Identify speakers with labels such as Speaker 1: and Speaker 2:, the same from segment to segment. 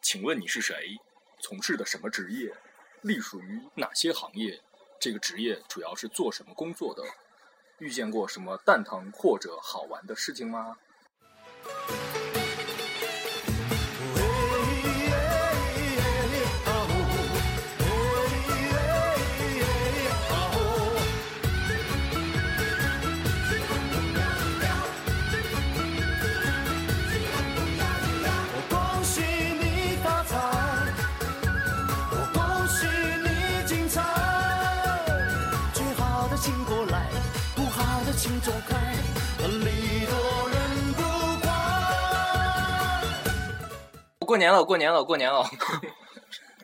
Speaker 1: 请问你是谁？从事的什么职业？隶属于哪些行业？这个职业主要是做什么工作的？遇见过什么蛋疼或者好玩的事情吗？
Speaker 2: 我恭喜你发财，我恭喜你精彩。最好的请过来，不好的请走开，礼多人不怪。
Speaker 3: 过年了，过年了，过 年了！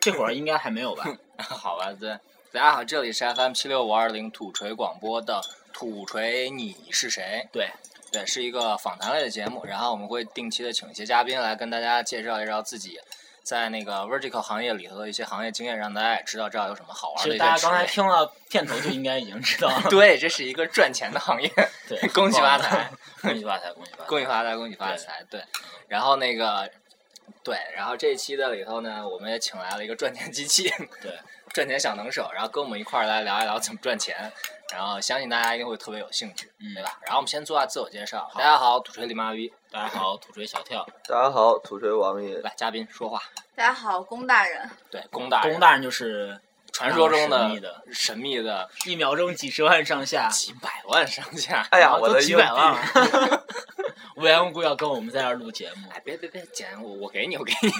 Speaker 4: 这会儿应该还没有吧？
Speaker 3: 好吧，对，大家好，这里是 FM 七六五二零土锤广播的土锤，你是谁？
Speaker 4: 对，
Speaker 3: 对，是一个访谈类的节目，然后我们会定期的请一些嘉宾来跟大家介绍介绍自己在那个 vertical 行业里头的一些行业经验，让大家也知道知道有什么好玩
Speaker 4: 其
Speaker 3: 的
Speaker 4: 实
Speaker 3: 一
Speaker 4: 大
Speaker 3: 些
Speaker 4: 家刚才
Speaker 3: 职业。。
Speaker 4: 听了片头就应该已经知道了
Speaker 3: 对，这是一个赚钱的行 业，
Speaker 4: 对，
Speaker 3: 恭喜发财，
Speaker 4: 恭喜发财，恭喜发财！
Speaker 3: 恭喜发财，恭喜发财。对，然后那个，对，然后这一期的里头呢，我们也请来了一个赚钱机器，
Speaker 4: 对，
Speaker 3: 赚钱小能手，然后跟我们一块儿来聊一聊怎么赚钱，然后相信大家一定会特别有兴趣，
Speaker 4: 嗯
Speaker 3: 对吧？然后我们先做下自我介绍，大家好，土锤李妈逼，
Speaker 4: 大家好，土锤小跳，
Speaker 5: 大家好，土锤王 爷，
Speaker 3: 来嘉宾说话，
Speaker 6: 大家好，龚大人，
Speaker 3: 对，龚大人
Speaker 4: 龚大人就是
Speaker 3: 传说中
Speaker 4: 神秘
Speaker 3: 的
Speaker 4: 的
Speaker 3: 神秘的
Speaker 4: 一秒钟几十万 上下，
Speaker 3: 几百万上下。
Speaker 5: 哎呀
Speaker 4: 然后
Speaker 5: 我
Speaker 4: 都
Speaker 5: 的
Speaker 4: 几
Speaker 5: 硬币
Speaker 4: 百万了，无缘无故要跟我们在这儿录节目，
Speaker 3: 哎，别别别，姐，我我给你，我 给 你，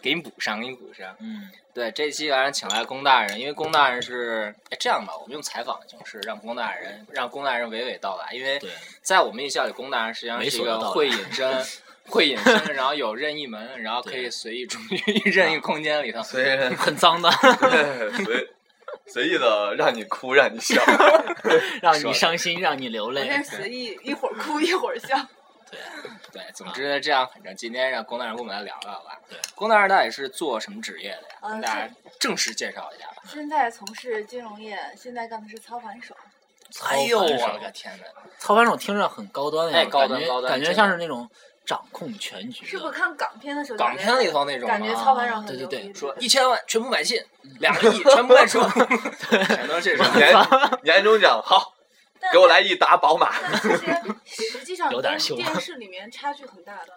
Speaker 3: 给你补上，给你补上。
Speaker 4: 嗯，
Speaker 3: 对，这期当然请来龚大人，因为龚大人是哎这样吧，我们用采访的形式让龚大人让龚大人娓娓道来，因为
Speaker 4: 对，
Speaker 3: 在我们印象里，龚大人实际上
Speaker 4: 猥
Speaker 3: 是
Speaker 4: 琐
Speaker 3: 一
Speaker 4: 地
Speaker 3: 个
Speaker 4: 道来
Speaker 3: 会隐 身、会隐身，然后有任意门，然后可以
Speaker 4: 对啊
Speaker 3: 随意出去任意空间里头。
Speaker 5: 随
Speaker 4: 很脏的，
Speaker 5: 随随意的让你哭让你 笑，
Speaker 4: 让你伤心，让你流
Speaker 6: 我
Speaker 4: 泪，
Speaker 6: 真是随意，一会儿哭一会儿笑。
Speaker 3: 对，总之呢，这样，反正今天让龚大人跟我们来聊聊吧。
Speaker 4: 对，
Speaker 3: 龚大人到底是做什么职业的呀？
Speaker 6: 呃
Speaker 3: 跟大家正式介绍一下吧。
Speaker 6: 现在从事金融业，现在干的是操盘手。
Speaker 4: 哎
Speaker 3: 哎呦，
Speaker 4: 呦
Speaker 3: 我
Speaker 4: 我
Speaker 3: 的
Speaker 4: 的
Speaker 3: 天哪！
Speaker 4: 操盘手听着很高端呀，
Speaker 3: 哎高端
Speaker 4: 感觉
Speaker 3: 高端
Speaker 4: 感觉
Speaker 3: 真的
Speaker 4: 像是那种掌控全局的，
Speaker 6: 是不是看港片的时候
Speaker 3: 港
Speaker 6: 感觉？
Speaker 3: 片里头那种啊
Speaker 6: 感觉
Speaker 3: 吗？
Speaker 6: 操盘手很
Speaker 4: 对对
Speaker 6: 牛
Speaker 4: 对
Speaker 6: 逼。
Speaker 3: 说一千万全部买进，两个亿全部卖出，全都是这种。
Speaker 5: 年年终奖好，
Speaker 6: 但
Speaker 5: 给我来一打宝马，
Speaker 6: 但 其实实际上
Speaker 4: 有
Speaker 6: 跟
Speaker 4: 点羞
Speaker 6: 电视里面差距很大的。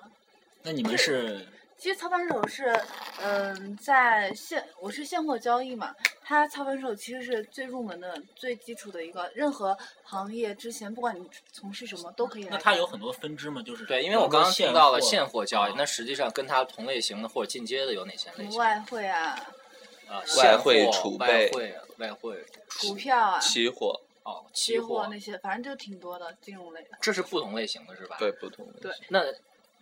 Speaker 4: 那你们是
Speaker 6: 其实操盘手是，嗯、在现我是现货交易嘛，它操盘手其实是最入门的、最基础的一个，任何行业之前不管你从事什么都可以来
Speaker 4: 那
Speaker 6: 干。
Speaker 4: 它有很多分支嘛，就是
Speaker 3: 对，因为我刚刚听到了现货交易
Speaker 4: 啊，
Speaker 3: 那实际上跟它同类型的或者进阶的有哪些类型？
Speaker 6: 外汇啊、
Speaker 3: 呃，
Speaker 5: 外
Speaker 3: 现
Speaker 5: 汇
Speaker 3: 货
Speaker 5: 储
Speaker 3: 外
Speaker 5: 备
Speaker 3: 汇、外汇、
Speaker 6: 股票啊、
Speaker 5: 期货
Speaker 3: 哦，
Speaker 6: 期
Speaker 3: 期
Speaker 6: 货
Speaker 3: 货
Speaker 6: 那，些，反正就挺多的金融类的
Speaker 3: 这是不同类型的是吧？。
Speaker 5: 对不同的
Speaker 6: 对
Speaker 3: 那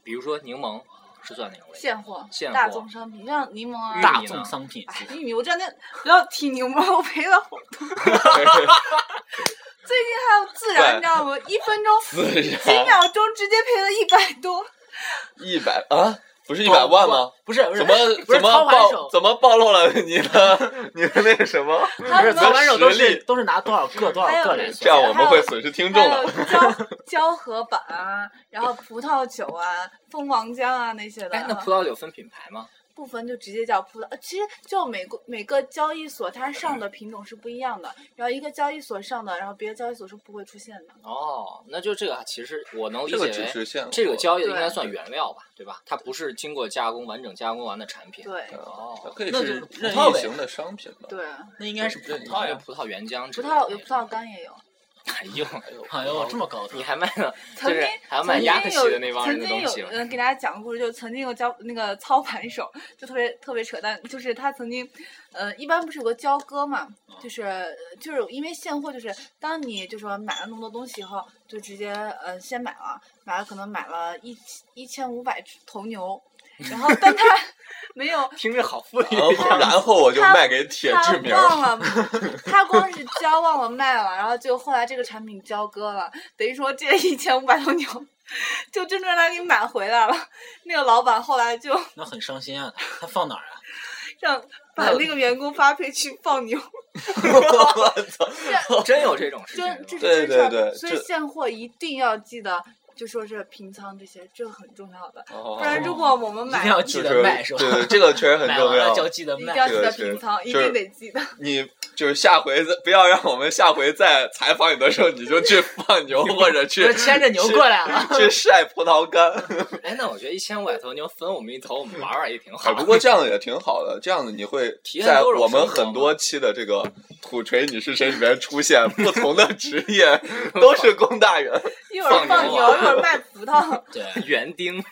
Speaker 3: 比如说柠檬是算哪种类型？
Speaker 6: 现货、
Speaker 3: 现货
Speaker 6: 大宗商品，像柠檬啊。
Speaker 3: 玉
Speaker 4: 大
Speaker 3: 米呢
Speaker 4: 众商品，
Speaker 6: 哎，玉米，我这两天不要提柠檬，我赔了好多。 最近还有自然，
Speaker 5: 对
Speaker 6: 你知道吗？一分钟、
Speaker 5: 自然
Speaker 6: 几秒钟直接赔了一百 多。
Speaker 5: 一百啊，不是一百万吗？？
Speaker 4: 不是，不是
Speaker 5: 怎么
Speaker 4: 不是
Speaker 5: 怎么
Speaker 4: 操盘
Speaker 5: 暴
Speaker 4: 手？
Speaker 5: 怎么暴露了你的 你的那个什么？
Speaker 4: 不
Speaker 6: 还有
Speaker 4: 是
Speaker 6: 什
Speaker 4: 操
Speaker 6: 么？
Speaker 4: 盘手都
Speaker 5: 实力
Speaker 4: 是都是拿多少个多
Speaker 6: 还
Speaker 4: 少
Speaker 6: 有
Speaker 4: 个来
Speaker 5: 这
Speaker 4: 算？
Speaker 5: 样我们会损失听众
Speaker 6: 还有
Speaker 5: 的。
Speaker 6: 胶胶合板啊，然后葡萄酒啊、蜂王浆啊那些的。
Speaker 3: 哎，那葡萄酒分品牌吗？
Speaker 6: 部分就直接叫葡萄。呃其实就每个每个交易所它上的品种是不一样的，然后一个交易所上的，然后别的交易所是不会出现的。
Speaker 3: 哦，那就这个其实我能理
Speaker 5: 这
Speaker 3: 解
Speaker 5: 个只
Speaker 3: 为
Speaker 5: 是现货，
Speaker 3: 这个交易的应该
Speaker 6: 对
Speaker 3: 算原料吧，对吧？它不是经过加工完整加工完的产品。
Speaker 6: 对
Speaker 5: 它
Speaker 3: 哦，
Speaker 5: 可以
Speaker 4: 那就是是
Speaker 5: 葡
Speaker 4: 任意
Speaker 5: 萄
Speaker 4: 呗
Speaker 5: 型的商品吧？
Speaker 6: 对，
Speaker 4: 那应该是葡萄
Speaker 3: 有
Speaker 6: 啊
Speaker 4: 呀。
Speaker 3: 葡萄原浆之
Speaker 6: 葡
Speaker 3: 类的那
Speaker 6: 萄
Speaker 3: 种，
Speaker 6: 有葡萄干也有。
Speaker 3: 哎呦，
Speaker 4: 哎呦，这么高端
Speaker 3: 你！还卖呢？
Speaker 6: 曾
Speaker 3: 就
Speaker 6: 经
Speaker 3: 是还要
Speaker 6: 曾
Speaker 3: 卖
Speaker 6: 经
Speaker 3: 亚克西
Speaker 6: 有
Speaker 3: 的那帮人
Speaker 6: 曾
Speaker 3: 的
Speaker 6: 经
Speaker 3: 东西
Speaker 6: 有人给大家讲个故事，就曾经有交那个操盘手，就特别特别扯淡，就是他曾经，呃，一般不是有个交割嘛，就是就是因为现货，就是当你就说买了那么多东西以后，就直接呃先买了，买了可能买了一一千五百头牛，然后但他 没有
Speaker 3: 听着好富裕。
Speaker 5: 然后 然后我就
Speaker 6: 他
Speaker 5: 卖给铁
Speaker 6: 他
Speaker 5: 志明，
Speaker 6: 忘了， 他光是交忘了卖了，然后就后来这个产品交割了，等于说这一千五百头牛就真正让他给买回来了。那个老板后来就
Speaker 4: 那很伤心啊，他放哪儿啊？
Speaker 5: 嗯
Speaker 6: 让把那个员工发配去放 牛，
Speaker 5: 我操！
Speaker 3: 真有这种事情
Speaker 6: 真这
Speaker 3: 是吧？
Speaker 6: 是真事
Speaker 5: 对对
Speaker 6: 儿。
Speaker 5: 对
Speaker 6: 所
Speaker 5: 这
Speaker 6: 以现货一定要记得就说是平仓这些，这很重要的。
Speaker 5: 哦
Speaker 6: 不然如果我们
Speaker 4: 一
Speaker 6: 买
Speaker 4: 定，要
Speaker 5: 就
Speaker 4: 记
Speaker 5: 是
Speaker 4: 得卖是吧？
Speaker 5: 对对，这个确 实很
Speaker 4: 买
Speaker 5: 重
Speaker 4: 完
Speaker 5: 要
Speaker 4: 了。就要记得
Speaker 6: 一定
Speaker 4: 卖
Speaker 6: 要。记
Speaker 5: 对
Speaker 6: 得
Speaker 5: 是
Speaker 6: 平仓，一
Speaker 5: 就是
Speaker 6: 定得记得。
Speaker 5: 你就是下回再不要让我们下回再采访你的时候，你就去放牛或者
Speaker 4: 我
Speaker 5: 去
Speaker 4: 牵着牛过来了，，
Speaker 5: 去晒葡萄干。
Speaker 3: 哎，那我觉得一千五百头牛分我们一头，我们玩玩也挺好
Speaker 5: 哎，。不过这样也挺好的，这样子你会
Speaker 3: 体验
Speaker 5: 在
Speaker 3: 多种
Speaker 5: 我们
Speaker 3: 生活
Speaker 5: 很多期的这个土锤你是谁里面出现，不同的职业都是龚 大人，
Speaker 6: 一会儿放
Speaker 3: 放
Speaker 6: 牛，
Speaker 3: 牛
Speaker 6: 一会儿卖葡萄
Speaker 4: 对，
Speaker 3: 园丁，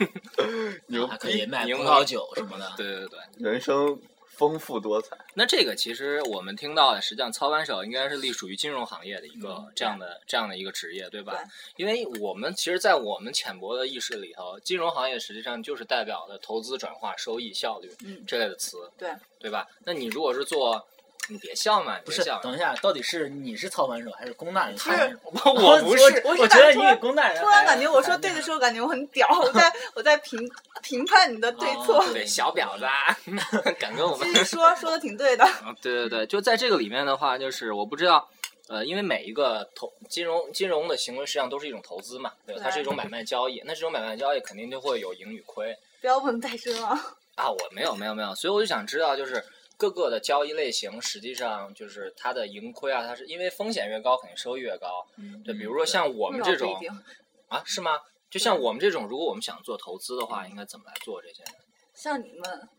Speaker 5: 牛
Speaker 4: 还可以
Speaker 5: 逼，
Speaker 4: 卖葡
Speaker 3: 柠檬
Speaker 4: 萄酒什么的。
Speaker 3: 对对对。
Speaker 5: 人生丰富多彩。
Speaker 3: 那这个其实我们听到的，实际上操盘手应该是隶属于金融行业的一个这样的这样的一个职业，对吧
Speaker 6: 嗯
Speaker 3: 因
Speaker 6: 对？
Speaker 3: 为我们其实，在我们浅薄的意识里头，金融行业实际上就是代表的投资转化、收益、效率
Speaker 6: 嗯
Speaker 3: 这类的词，
Speaker 6: 对
Speaker 3: 对吧？那你如果是做，你别笑嘛，你
Speaker 4: 不
Speaker 3: 别
Speaker 4: 是
Speaker 3: 笑，，
Speaker 4: 等一下，到底是你是操盘手还是龚大人操盘手？
Speaker 3: 我我不是，
Speaker 6: 我
Speaker 4: 我
Speaker 6: 是
Speaker 4: 我觉
Speaker 6: 感
Speaker 4: 得
Speaker 6: 觉
Speaker 4: 你比龚大人
Speaker 6: 突然
Speaker 4: 还
Speaker 6: 感觉我说对的时候，感觉我很屌，我在我在评评判你的对错
Speaker 4: 哦。
Speaker 3: 对小婊子啊， 敢跟我们
Speaker 6: 继续说，说的挺对的。
Speaker 3: 啊，对对对，就在这个里面的话，就是我不知道，呃，因为每一个投金融金融的行为实际上都是一种投资嘛，对吧？它是一种买卖交易，那这种买卖交易肯定就会有盈与亏
Speaker 6: 不要问太深了。
Speaker 3: 啊。我没有没有没有，所以我就想知道，就是各个的交易类型，实际上就是它的盈亏啊，它是因为风险越高，肯定收益越高，
Speaker 6: 嗯
Speaker 3: 对。比如说像我们这种啊，是吗？就像我们这种，如果我们想做投资的话，应该怎么来做这些？
Speaker 6: 像你们，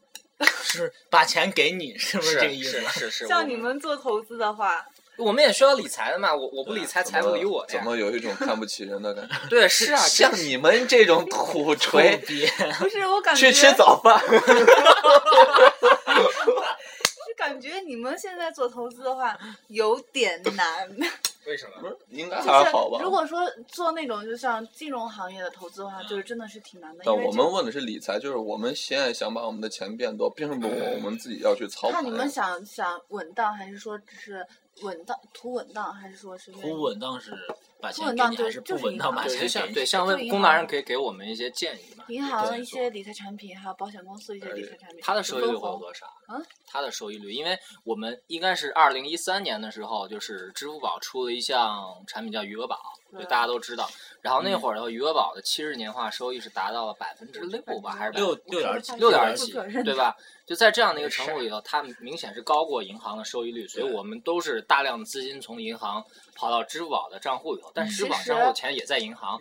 Speaker 4: 是把钱给你，是不
Speaker 3: 是
Speaker 4: 这个意思？
Speaker 3: 是是是，我
Speaker 6: 像你，们做投资的话，
Speaker 3: 我们也需要理财的嘛。我我不理财，财不理我的
Speaker 5: 怎
Speaker 3: 呀。
Speaker 5: 么有一种看不起人的感觉？
Speaker 3: 对，是啊，
Speaker 5: 像你们这种土
Speaker 4: 吹
Speaker 5: 锤
Speaker 4: 逼，
Speaker 6: 不是我感觉，
Speaker 5: 去吃早饭。
Speaker 6: 就感觉你们现在做投资的话有点难。
Speaker 3: 为什么？
Speaker 5: 应该
Speaker 6: 就
Speaker 5: 还好吧
Speaker 6: 是。如果说做那种就像金融行业的投资的话，就是真的是挺难的。
Speaker 5: 但
Speaker 6: 因为
Speaker 5: 呃我
Speaker 6: 这
Speaker 5: 们问的是理财，就是我们现在想把我们的钱变多，并不是我们自己要去操盘
Speaker 6: 看你。们想想稳当，还是说只是稳当图稳当，还是说是因为
Speaker 4: 不稳当是把
Speaker 6: 不
Speaker 4: 钱
Speaker 6: 稳
Speaker 4: 给
Speaker 6: 当
Speaker 4: 你，
Speaker 6: 就
Speaker 4: 还是不稳当把
Speaker 3: 对，
Speaker 4: 钱
Speaker 3: 就像
Speaker 4: 给你？
Speaker 3: 对，像
Speaker 6: 就
Speaker 3: 问
Speaker 6: 银
Speaker 3: 龚大人
Speaker 6: 行
Speaker 3: 可以给我们一些建议嘛？
Speaker 6: 银行
Speaker 4: 对
Speaker 6: 的一
Speaker 4: 没错
Speaker 6: 些理财产品，还有保险公司一些理财产品，
Speaker 3: 它呃的收益率
Speaker 6: 分
Speaker 3: 会有
Speaker 6: 红
Speaker 3: 多少？
Speaker 6: 嗯，
Speaker 3: 它的收益率，因为我们应该是二零一三年的时候，就是支付宝出了一项产品叫余额宝，对，
Speaker 6: 对
Speaker 3: 大家都知道。然后那会儿的话，余额宝的七日年化收益是达到了百分之六吧，还是
Speaker 4: 六六点
Speaker 6: 我
Speaker 4: 儿几
Speaker 6: 觉得，
Speaker 3: 六点
Speaker 6: 大
Speaker 3: 儿
Speaker 6: 家
Speaker 3: 几
Speaker 6: 不可认，
Speaker 3: 对吧？就在这样的一个程度里头，它明显是高过银行的收益率，所以我们都是大量的资金从银行跑到支付宝的账户里头，但是支付宝
Speaker 6: 嗯其实
Speaker 3: 账户的钱也在银行。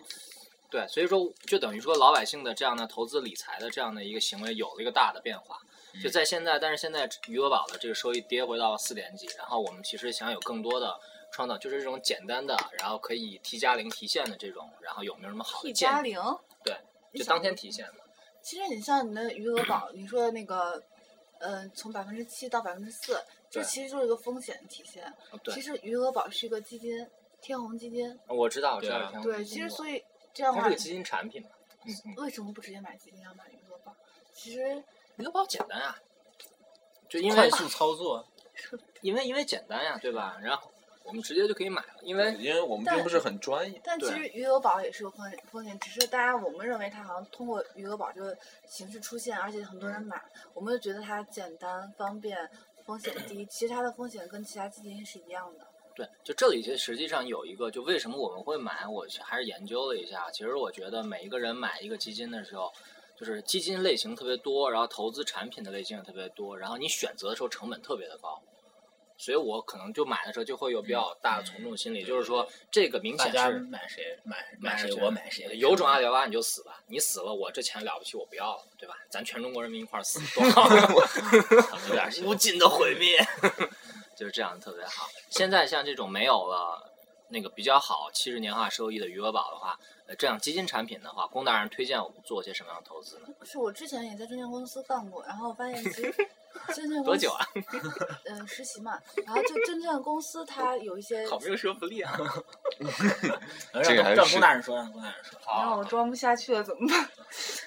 Speaker 3: 对，所以说就等于说老百姓的这样的投资理财的这样的一个行为有了一个大的变化。
Speaker 6: 嗯
Speaker 3: 就在现在，但是现在余额宝的这个收益跌回到四点几，然后我们其实想有更多的创造，就是这种简单的，然后可以提加零提现的这种，然后有没有什么好的
Speaker 6: ，T
Speaker 3: 建
Speaker 6: 加
Speaker 3: 议？
Speaker 6: 零。
Speaker 3: 对，
Speaker 6: 你
Speaker 3: 就
Speaker 6: 想
Speaker 3: 当天提现的。
Speaker 6: 其实你像你的余额宝，你说的那个，嗯，从百分之七到百分之四，这
Speaker 3: 对
Speaker 6: 其实就是一个风险体现。
Speaker 3: 对
Speaker 6: 其，实余额宝是一个基金，天弘基金。
Speaker 3: 我知道，我知
Speaker 4: 对
Speaker 3: 道
Speaker 4: 啊
Speaker 3: 这条路
Speaker 6: 对，
Speaker 3: 你
Speaker 6: 其
Speaker 3: 听
Speaker 6: 实
Speaker 3: 过
Speaker 6: 所以这样的
Speaker 3: 它是
Speaker 6: 话
Speaker 3: 个，基金产品嘛。嗯嗯，
Speaker 6: 为什么不直接买基金，要买余额宝？其实
Speaker 3: 余额宝简单啊，就因
Speaker 4: 快
Speaker 3: 为
Speaker 4: 速操作，
Speaker 3: 因为因为简单呀、对吧？然后我们直接就可以买了，因为
Speaker 5: 因为我们并不是很专业，
Speaker 6: 但其
Speaker 3: 对
Speaker 6: 实余额宝也是有风险风险，只是大家我们认为它好像通过余额宝这个形式出现，而且很多
Speaker 3: 嗯
Speaker 6: 人买，我们就觉得它简单方便，风险低。其实它的风险跟其他基金是一样的。
Speaker 3: 对，就这里其实实际上有一个，就为什么我们会买，我还是研究了一下。其实我觉得每一个人买一个基金的时候，就是基金类型特别多，然后投资产品的类型也特别多，然后你选择的时候成本特别的高。所以我可能就买的时候就会有比较大
Speaker 4: 嗯
Speaker 3: 的从众心理，就是说这个明
Speaker 4: 大
Speaker 3: 显
Speaker 4: 家
Speaker 3: 是
Speaker 4: 买谁买
Speaker 3: 买
Speaker 4: 买谁啊
Speaker 3: 谁
Speaker 4: 我买谁，
Speaker 3: 有种阿里巴巴你就死吧，你死了我这钱了不起，我不要了，对吧？咱全中国人民一块儿死，多好，啊
Speaker 4: 有啊点像
Speaker 3: 无尽的毁灭， 就是这样特别好。现在像这种没有了那个比较好七十年化收益的余额宝的话，呃，这样基金产品的话，龚大人推荐我们做些什么样的投资呢？
Speaker 6: 是我之前也在证券公司干过，然后发现其 实证券公司
Speaker 3: 多久啊？
Speaker 6: 嗯，实习嘛，然后就证券公司它有一些，
Speaker 3: 好没有说服力啊！
Speaker 4: 让
Speaker 5: 这个还
Speaker 4: 让
Speaker 5: 是
Speaker 4: 龚大人说，让龚大人说，
Speaker 6: 让
Speaker 3: 啊
Speaker 6: 我装不下去了怎么办？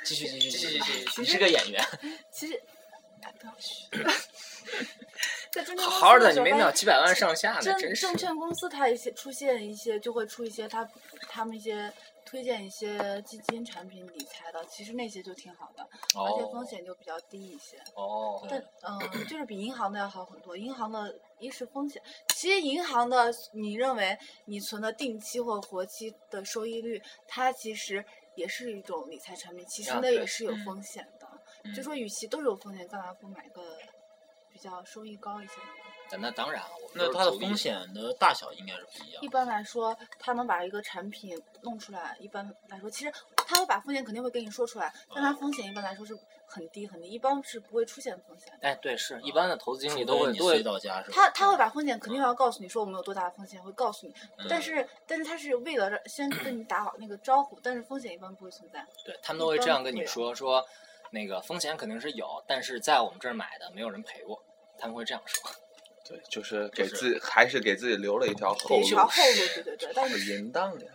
Speaker 4: 继续继续
Speaker 3: 继续继续继续
Speaker 4: 你是个演员，
Speaker 6: 其实，哎，不要嘘。 在证券公司
Speaker 3: 好好的，
Speaker 6: 时
Speaker 3: 你
Speaker 6: 候
Speaker 3: 每
Speaker 6: 发
Speaker 3: 秒
Speaker 6: 现
Speaker 3: 几百万上下呢，
Speaker 6: 证
Speaker 3: 真是
Speaker 6: 证券公司它一些出现一些就会出一些它他们一些推荐一些基金产品理财的，其实那些就挺好的，而且风险就比较低一些。
Speaker 3: 哦，
Speaker 6: 但嗯、就是比银行的要好很多。银行的一是风险，其实银行的你认为你存的定期或活期的收益率，它其实也是一种理财产品，其实
Speaker 3: 啊
Speaker 6: 那
Speaker 3: 对
Speaker 6: 也是有
Speaker 4: 嗯
Speaker 6: 风险的。
Speaker 4: 嗯
Speaker 6: 就说与其都是有风险，干嘛不买个比较收益高一些的？
Speaker 3: 那当然了，啊我们
Speaker 4: 那
Speaker 3: 都是
Speaker 4: 它的
Speaker 3: 逐利
Speaker 4: 风险的大小应该是不一样
Speaker 6: 一。般来说，他能把一个产品弄出来，一般来说，其实他会把风险肯定会跟你说出来，但他风险一般来说是很低很低，一般是不会出现风险的。
Speaker 3: 哎，对，是一般的投资经理
Speaker 4: 除
Speaker 3: 都
Speaker 4: 非
Speaker 3: 会
Speaker 4: 你
Speaker 3: 都会
Speaker 4: 睡到家是吧？
Speaker 6: 他他会把风险肯定要告诉你说我们有多大的风险，会告诉你，但
Speaker 4: 嗯
Speaker 6: 是但是他是为了让先跟你打好那个招呼，但是风险一般不会存在。
Speaker 3: 对他们
Speaker 6: 一
Speaker 3: 都会这
Speaker 6: 般
Speaker 3: 样跟
Speaker 6: 会啊
Speaker 3: 你
Speaker 6: 有
Speaker 3: 说说，那个风险肯定是有，但是在我们这儿买的没有人赔过，他们会这样说。
Speaker 5: 对，就是给自己还是给自己留了一条后
Speaker 6: 给一条
Speaker 5: 路，
Speaker 6: 后路，对对对，但
Speaker 5: 是
Speaker 6: 是
Speaker 5: 淫荡的。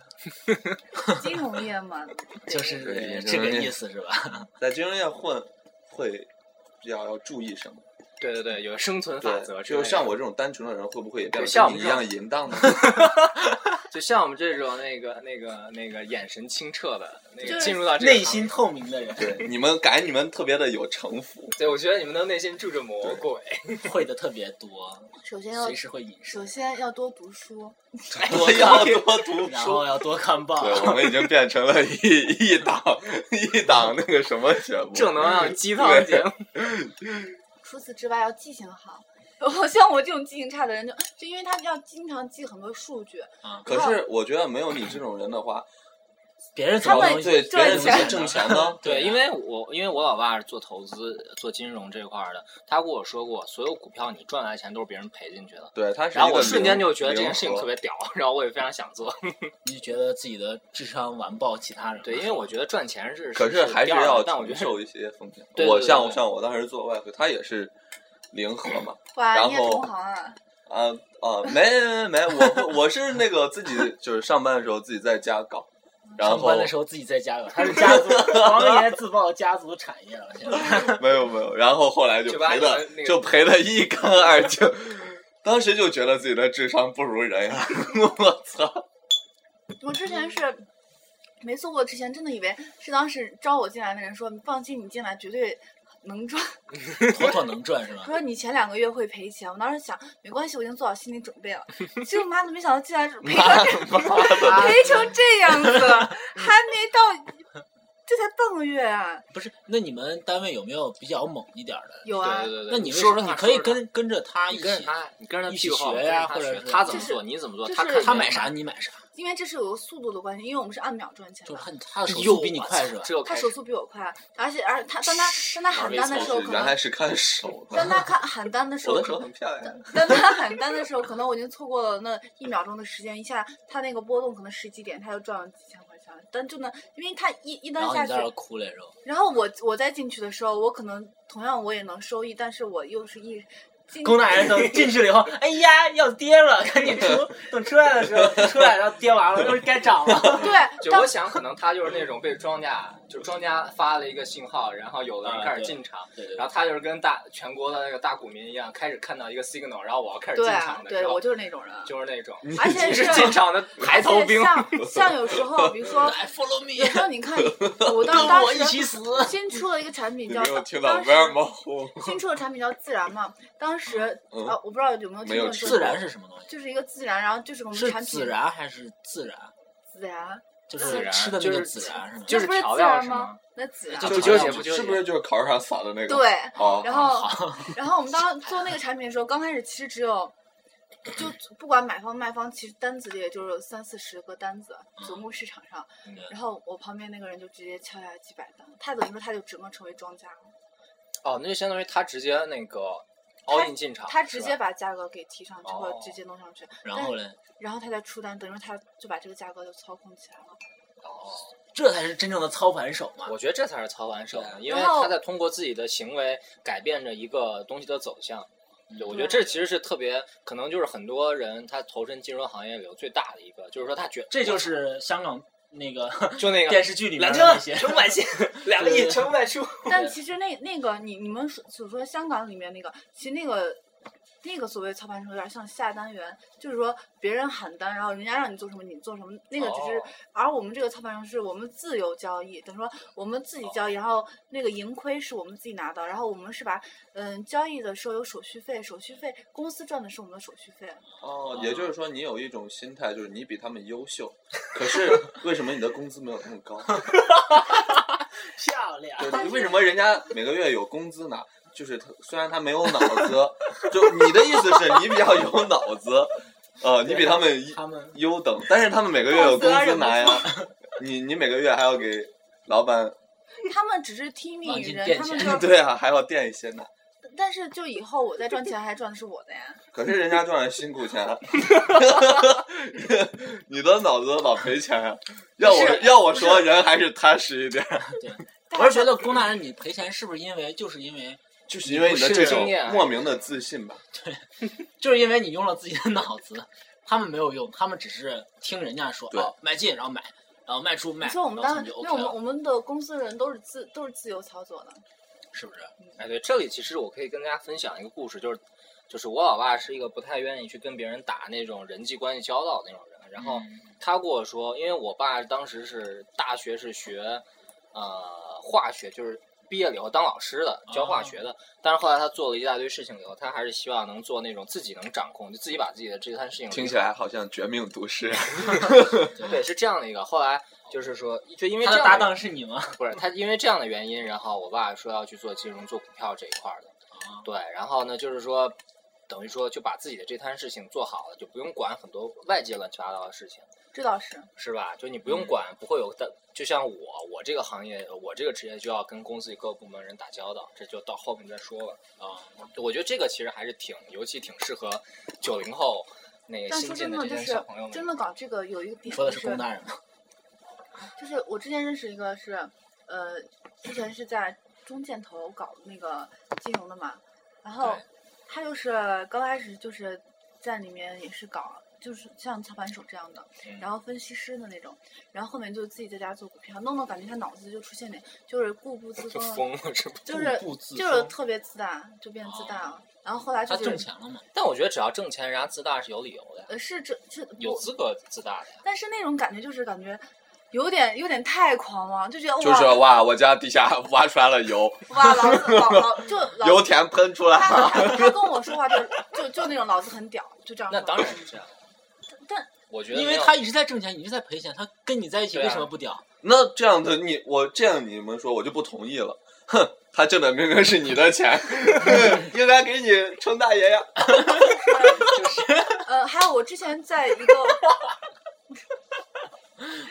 Speaker 6: 金融业嘛，
Speaker 4: 就是
Speaker 5: 对也
Speaker 4: 这个
Speaker 5: 就是那
Speaker 4: 意思是吧？
Speaker 5: 在金融业混会比较要注意什么？
Speaker 3: 对对对，有生存法
Speaker 5: 对，
Speaker 3: 则之类
Speaker 5: 就
Speaker 3: 的，
Speaker 5: 是像我这种单纯的人，会不会也变
Speaker 3: 对
Speaker 5: 得
Speaker 3: 像
Speaker 5: 跟你
Speaker 3: 我们这
Speaker 5: 一
Speaker 6: 啊
Speaker 5: 样淫荡 呢？
Speaker 3: 就像我们这种那个那个那个眼神清澈的，那
Speaker 6: 就
Speaker 3: 个
Speaker 6: 是
Speaker 3: 进入到这个
Speaker 4: 内
Speaker 3: 行
Speaker 4: 心透明的人
Speaker 5: 对，你们感觉你们特别的有城府。
Speaker 3: 对，我觉得你们的内心住着魔鬼。
Speaker 4: 会的特别多，
Speaker 6: 首先要
Speaker 4: 随时会隐身
Speaker 6: 首，先要多读书，
Speaker 5: 多要多读
Speaker 4: 然后
Speaker 5: 书。
Speaker 4: 要多看报。
Speaker 5: 对，我们已经变成了一一档一档那个什么节目，
Speaker 3: 正能量鸡汤
Speaker 5: 嗯对
Speaker 3: 节目，
Speaker 6: 除此之外要记性好。 我像我这种记性差的人就，就因为他要经常记很多数据，
Speaker 5: 可是我觉得没有你这种人的话，
Speaker 4: 别人怎么
Speaker 6: 他
Speaker 4: 能
Speaker 6: 们
Speaker 5: 对别
Speaker 6: 赚
Speaker 5: 人怎么
Speaker 6: 钱
Speaker 5: 挣钱呢？
Speaker 3: 对，因为我因为我老爸是做投资、做金融这块儿的，他跟我说过，所有股票你赚来的钱都是别人赔进去的。
Speaker 5: 对，他是
Speaker 3: 然后
Speaker 5: 一
Speaker 3: 我
Speaker 5: 个
Speaker 3: 瞬
Speaker 5: 零
Speaker 3: 间就觉得这件
Speaker 5: 零
Speaker 3: 事情
Speaker 5: 和
Speaker 3: 特别屌，然后我也非常想做。
Speaker 4: 啊你就觉得自己的智商完爆其他人。
Speaker 3: 对，因为我觉得赚钱是，
Speaker 5: 可
Speaker 3: 是
Speaker 5: 是还
Speaker 3: 第
Speaker 5: 是
Speaker 3: 二
Speaker 5: 要
Speaker 3: 但我觉
Speaker 5: 承
Speaker 3: 得
Speaker 5: 受一些风险。
Speaker 3: 对对
Speaker 5: 我
Speaker 3: 对
Speaker 5: 像
Speaker 3: 对
Speaker 5: 我像我当时做外汇，他也是零和嘛，
Speaker 6: 哇，
Speaker 5: 然
Speaker 6: 你也
Speaker 5: 后
Speaker 6: 同行啊！
Speaker 5: 啊啊，没没没，我我是那个自己就是上班的时候自己在家搞，然
Speaker 4: 上
Speaker 5: 后
Speaker 4: 班的时候自己在 家了，他是家族王爷自曝家族产业了，现在
Speaker 5: 没有没有，然后后来就
Speaker 3: 就把
Speaker 5: 赔
Speaker 3: 你
Speaker 5: 的
Speaker 3: 们那个
Speaker 5: 就赔的一干二净， 当时就觉得自己的智商不如人 呀，我操！
Speaker 6: 我之
Speaker 5: 嗯
Speaker 6: 前是没做过，之前真的以为是当时招我进来的人说，你放心，你进来绝对能赚。
Speaker 4: 妥妥能赚 是吧？
Speaker 6: 说你前两个月会赔钱，我当时想没关系，我已经做好心理准备了。结果妈的，没想到进来是赔
Speaker 5: 妈
Speaker 6: 成
Speaker 5: 妈 的，
Speaker 6: 赔成这样子了，还没到，这才半个月啊！
Speaker 4: 不是，那你们单位有没有比较猛一点儿的？
Speaker 6: 有啊
Speaker 3: 对，对对对，
Speaker 4: 那你为
Speaker 3: 说
Speaker 4: 什
Speaker 3: 说
Speaker 4: 么
Speaker 3: 他
Speaker 4: 你可以
Speaker 3: 说说
Speaker 4: 跟跟着他
Speaker 3: 你
Speaker 4: 一
Speaker 3: 跟着
Speaker 4: 起，
Speaker 3: 他，你跟着他
Speaker 4: 一起
Speaker 3: 屁股号
Speaker 4: 学呀
Speaker 3: 跟着他
Speaker 4: 或者
Speaker 3: 学
Speaker 4: 是
Speaker 3: 他怎么
Speaker 6: 就是
Speaker 3: 做，你怎么做，
Speaker 6: 就
Speaker 3: 他
Speaker 6: 是
Speaker 3: 看
Speaker 4: 他
Speaker 3: 你怎
Speaker 4: 买
Speaker 3: 么
Speaker 4: 啥你买啥，
Speaker 6: 因为这是有个速度的关系，因为我们是按秒赚钱
Speaker 4: 就
Speaker 6: 的
Speaker 4: 是。他他的手
Speaker 3: 买。
Speaker 4: 速比你快是吧？
Speaker 3: 啊这又
Speaker 6: 他
Speaker 3: 开
Speaker 6: 手
Speaker 3: 始
Speaker 6: 速比我快，啊而且而他当他当他喊单的时候，可
Speaker 5: 原来
Speaker 6: 能
Speaker 5: 是看手
Speaker 6: 当
Speaker 5: 的，
Speaker 6: 他看喊单的时
Speaker 5: 我
Speaker 6: 候，
Speaker 5: 的
Speaker 6: 可
Speaker 5: 手
Speaker 6: 能
Speaker 5: 很漂亮。
Speaker 6: 当他喊单的时候，可能我已经错过了那一秒钟的时间，一下他那个波动可能十几点，他就赚了几千块钱。但就那，因为他一一单
Speaker 4: 然后
Speaker 6: 下
Speaker 4: 你
Speaker 6: 去
Speaker 4: 在，那儿哭来着，
Speaker 6: 然后我我再进去的时候，我可能同样我也能收益，但是我又是一进
Speaker 4: 工大人等进去了以后，哎呀要跌了，赶紧出。等出来的时候，出来然后跌完了，又该涨 了。
Speaker 6: 对，
Speaker 3: 就
Speaker 6: 当
Speaker 3: 我想，可能他就是那种被庄家，就庄家发了一个信号，然后有的人
Speaker 4: 啊
Speaker 3: 开始
Speaker 4: 对
Speaker 3: 进场，
Speaker 4: 对对
Speaker 3: 然后他就是跟大全国的那个大股民一样，开始看到一个 signal，然后我要开始进
Speaker 6: 对啊
Speaker 3: 场的时
Speaker 6: 对，
Speaker 3: 候
Speaker 6: 我，就是那种人，
Speaker 3: 就是那种
Speaker 6: 而且
Speaker 3: 你是进场的排头兵，
Speaker 6: 而且像像有时候，比如 说
Speaker 4: 来 follow
Speaker 6: 有
Speaker 4: me，
Speaker 6: 时候你看，我当
Speaker 4: 跟
Speaker 6: 当
Speaker 4: 我一
Speaker 6: 时
Speaker 4: 起死。
Speaker 6: 新出了一个产品
Speaker 5: 你
Speaker 6: 叫
Speaker 5: 没有
Speaker 6: 当
Speaker 5: 听到
Speaker 6: 当时
Speaker 5: Where m o
Speaker 6: 新出的产品叫自然嘛，当时
Speaker 5: 嗯
Speaker 6: 呃，我不知道有没有听
Speaker 5: 没有
Speaker 6: 说
Speaker 5: 吃
Speaker 4: 自然是什么东西？
Speaker 6: 就是一个自然，然后就是我们
Speaker 4: 是
Speaker 6: 产品
Speaker 4: 孜然还是自然？
Speaker 6: 孜然
Speaker 4: 就是
Speaker 3: 孜
Speaker 4: 吃
Speaker 3: 然
Speaker 4: 的
Speaker 3: 就
Speaker 4: 那个
Speaker 3: 是
Speaker 4: 孜然是吗？
Speaker 3: 就是
Speaker 6: 那不是
Speaker 3: 调
Speaker 6: 孜
Speaker 3: 料
Speaker 6: 然
Speaker 3: 是
Speaker 6: 吗
Speaker 3: 吗？
Speaker 6: 那孜然
Speaker 4: 就
Speaker 3: 不
Speaker 4: 不
Speaker 3: 纠
Speaker 4: 纠
Speaker 3: 结
Speaker 4: 结
Speaker 3: 不
Speaker 4: 不
Speaker 3: 纠结，
Speaker 5: 是不是就是烤肉上撒的那个？
Speaker 6: 对，
Speaker 5: 哦，
Speaker 6: 然后然后我们当时做那个产品的时候，刚开始其实只有。就不管买方卖方，其实单子里也就是三四十个单子，总共市场上。
Speaker 4: 嗯
Speaker 6: 然后我旁边那个人就直接敲下几百单，他等于说他就整个成为庄家了，
Speaker 3: 哦，那就相当于他直接那个 all in 进场，
Speaker 6: 他
Speaker 3: 是
Speaker 6: 直
Speaker 3: 吧
Speaker 6: 接把价格给提上去，或者
Speaker 3: 哦
Speaker 6: 直接弄上去，
Speaker 4: 然后嘞，
Speaker 6: 然后他再出单，等于说他就把这个价格就操控起来了。
Speaker 3: 哦
Speaker 4: 这才是真正的操盘手嘛。
Speaker 3: 我觉得这才是操盘手
Speaker 4: 啊
Speaker 3: 呢，啊因为
Speaker 6: 然后
Speaker 3: 他在通过自己的行为改变着一个东西的走向。
Speaker 4: 嗯
Speaker 3: 对，我觉得这其实是特别，可能就是很多人他投身金融行业里头最大的一个，就是说他觉
Speaker 4: 这就是香港那个啊
Speaker 3: 就那个
Speaker 4: 电视剧里
Speaker 3: 蓝
Speaker 4: 面的
Speaker 3: 鲸
Speaker 4: 那 些。
Speaker 3: 成百信，两个亿
Speaker 4: 对
Speaker 3: 成卖出。
Speaker 6: 但其实那那个你你们所所说香港里面那个，其实那个那个所谓操盘手有点像下单员，就是说别人喊单，然后人家让你做什么你做什么，那个只是，
Speaker 3: 哦
Speaker 6: 而我们这个操盘手是我们自由交易，等于说我们自己交
Speaker 3: 哦
Speaker 6: 易，然后那个盈亏是我们自己拿到，然后我们是把嗯交易的时候有手续费，手续费公司赚的是我们的手续费，
Speaker 5: 哦，也就是说你有一种心态，就是你比他们优秀，可是为什么你的工资没有那么高？
Speaker 4: 漂亮。
Speaker 5: 就是为什么人家每个月有工资拿？就是他虽然他没有脑子，就你的意思是你比较有脑子，呃，你比他们
Speaker 4: 他们
Speaker 5: 优等，但是他们每个月有工资拿呀，你你每个月还要给老板，
Speaker 6: 他们只是 听命
Speaker 3: 往
Speaker 6: 于
Speaker 3: 进
Speaker 6: 人，
Speaker 3: 垫
Speaker 6: 他们
Speaker 3: 钱
Speaker 6: 就是
Speaker 5: 对啊，还要垫一些呢。
Speaker 6: 但是就以后我再赚钱，还赚的是我的呀。
Speaker 5: 可是人家赚了辛苦 钱，你的脑子老赔钱啊。要我要我说，人还是踏实一点，
Speaker 3: 我是觉得龚大人你赔钱是不是因为就是因为
Speaker 5: 就是因为你的这种莫名的自信吧。
Speaker 4: 就是因为你用了自己的脑子，他们没有用，他们只是听人家说
Speaker 5: 对
Speaker 4: 哦买进然后买，然后卖出卖，
Speaker 6: 你说我们
Speaker 4: 然后
Speaker 6: 当
Speaker 4: 他
Speaker 6: 时，
Speaker 4: 们就
Speaker 6: 因
Speaker 4: OK
Speaker 6: 为我们
Speaker 4: 了
Speaker 6: 我们的公司人都是自都是自由操作的，
Speaker 4: 是不是？
Speaker 3: 哎，对，这里其实我可以跟大家分享一个故事，就是就是我老爸是一个不太愿意去跟别人打那种人际关系交道的那种人，然后
Speaker 6: 嗯
Speaker 3: 他跟我说，因为我爸当时是大学是学呃化学，就是毕业了以后当老师的，教
Speaker 4: 哦
Speaker 3: 化学的，但是后来他做了一大堆事情以后，他还是希望能做那种自己能掌控，就自己把自己的这摊事情
Speaker 5: 听起来好像绝命毒师。
Speaker 3: 对是这样的一个，后来就是说就因为
Speaker 4: 他
Speaker 3: 这
Speaker 4: 的
Speaker 3: 样
Speaker 4: 搭
Speaker 3: 一个
Speaker 4: 档是你吗？
Speaker 3: 不是他因为这样的原因，然后我爸说要去做金融、做股票这一块儿的，
Speaker 4: 啊
Speaker 3: 对，然后呢，就是说等于说就把自己的这摊事情做好了，就不用管很多外界乱七八糟的事情，
Speaker 6: 这倒是。
Speaker 3: 是吧？就你不
Speaker 6: 嗯
Speaker 3: 用管，不会有的。就像我，我这个行业，我这个职业就要跟公司各个部门人打交道，这就到后面再说吧。
Speaker 6: 哦
Speaker 4: 啊，
Speaker 3: 我觉得这个其实还是挺，尤其挺适合九零后那个
Speaker 6: 但
Speaker 3: 新
Speaker 6: 说
Speaker 3: 进
Speaker 6: 真
Speaker 3: 的这
Speaker 6: 的，就
Speaker 3: 些
Speaker 6: 是
Speaker 3: 小朋友们。
Speaker 6: 真的搞这个有一个
Speaker 4: 你
Speaker 6: 点，
Speaker 4: 说
Speaker 6: 就
Speaker 4: 的是
Speaker 6: 是
Speaker 4: 龚大人吗？
Speaker 6: 就是我之前认识一个是，呃，之前是在中建投搞那个金融的嘛，然后
Speaker 3: 对
Speaker 6: 他就是刚开始就是在里面也是搞，就是像操盘手这样的，
Speaker 3: 嗯
Speaker 6: 然后分析师的那种，然后后面就自己在家做股票，弄到感觉他脑子就出现点，就是固步自
Speaker 3: 就
Speaker 6: 封了，啊
Speaker 3: 疯了，是吧？
Speaker 6: 就是
Speaker 4: 固步自
Speaker 6: 就是
Speaker 4: 封哦
Speaker 6: 特别自大，就变自大了。然后后来
Speaker 4: 他
Speaker 6: 就是
Speaker 4: 挣钱了吗？
Speaker 3: 但我觉得只要挣钱，人家自大是有理由的呀，
Speaker 6: 呃是这是
Speaker 3: 有
Speaker 6: 不
Speaker 3: 资格自大的呀。
Speaker 6: 但是那种感觉就是感觉有点有点太狂妄，就觉得
Speaker 5: 就是
Speaker 6: 哇
Speaker 5: 哇，我家地下挖出来了油，
Speaker 6: 哇老子老 老就老
Speaker 5: 油田喷出来
Speaker 6: 他
Speaker 5: 了。
Speaker 6: 他他跟我说话就就就那种老子很屌，就这样说。
Speaker 3: 那当然是这样。
Speaker 6: 但
Speaker 3: 我觉得
Speaker 4: 因
Speaker 3: 没
Speaker 4: 为
Speaker 3: 有
Speaker 4: 他一直在挣钱，一直在赔钱，他跟你在一起
Speaker 3: 对啊
Speaker 4: 为什么不屌？
Speaker 5: 那这样的你，我这样你们说，我就不同意了。哼，他挣的明明是你的 钱，应该给你称大爷呀。
Speaker 6: 呃，还有我之前在一个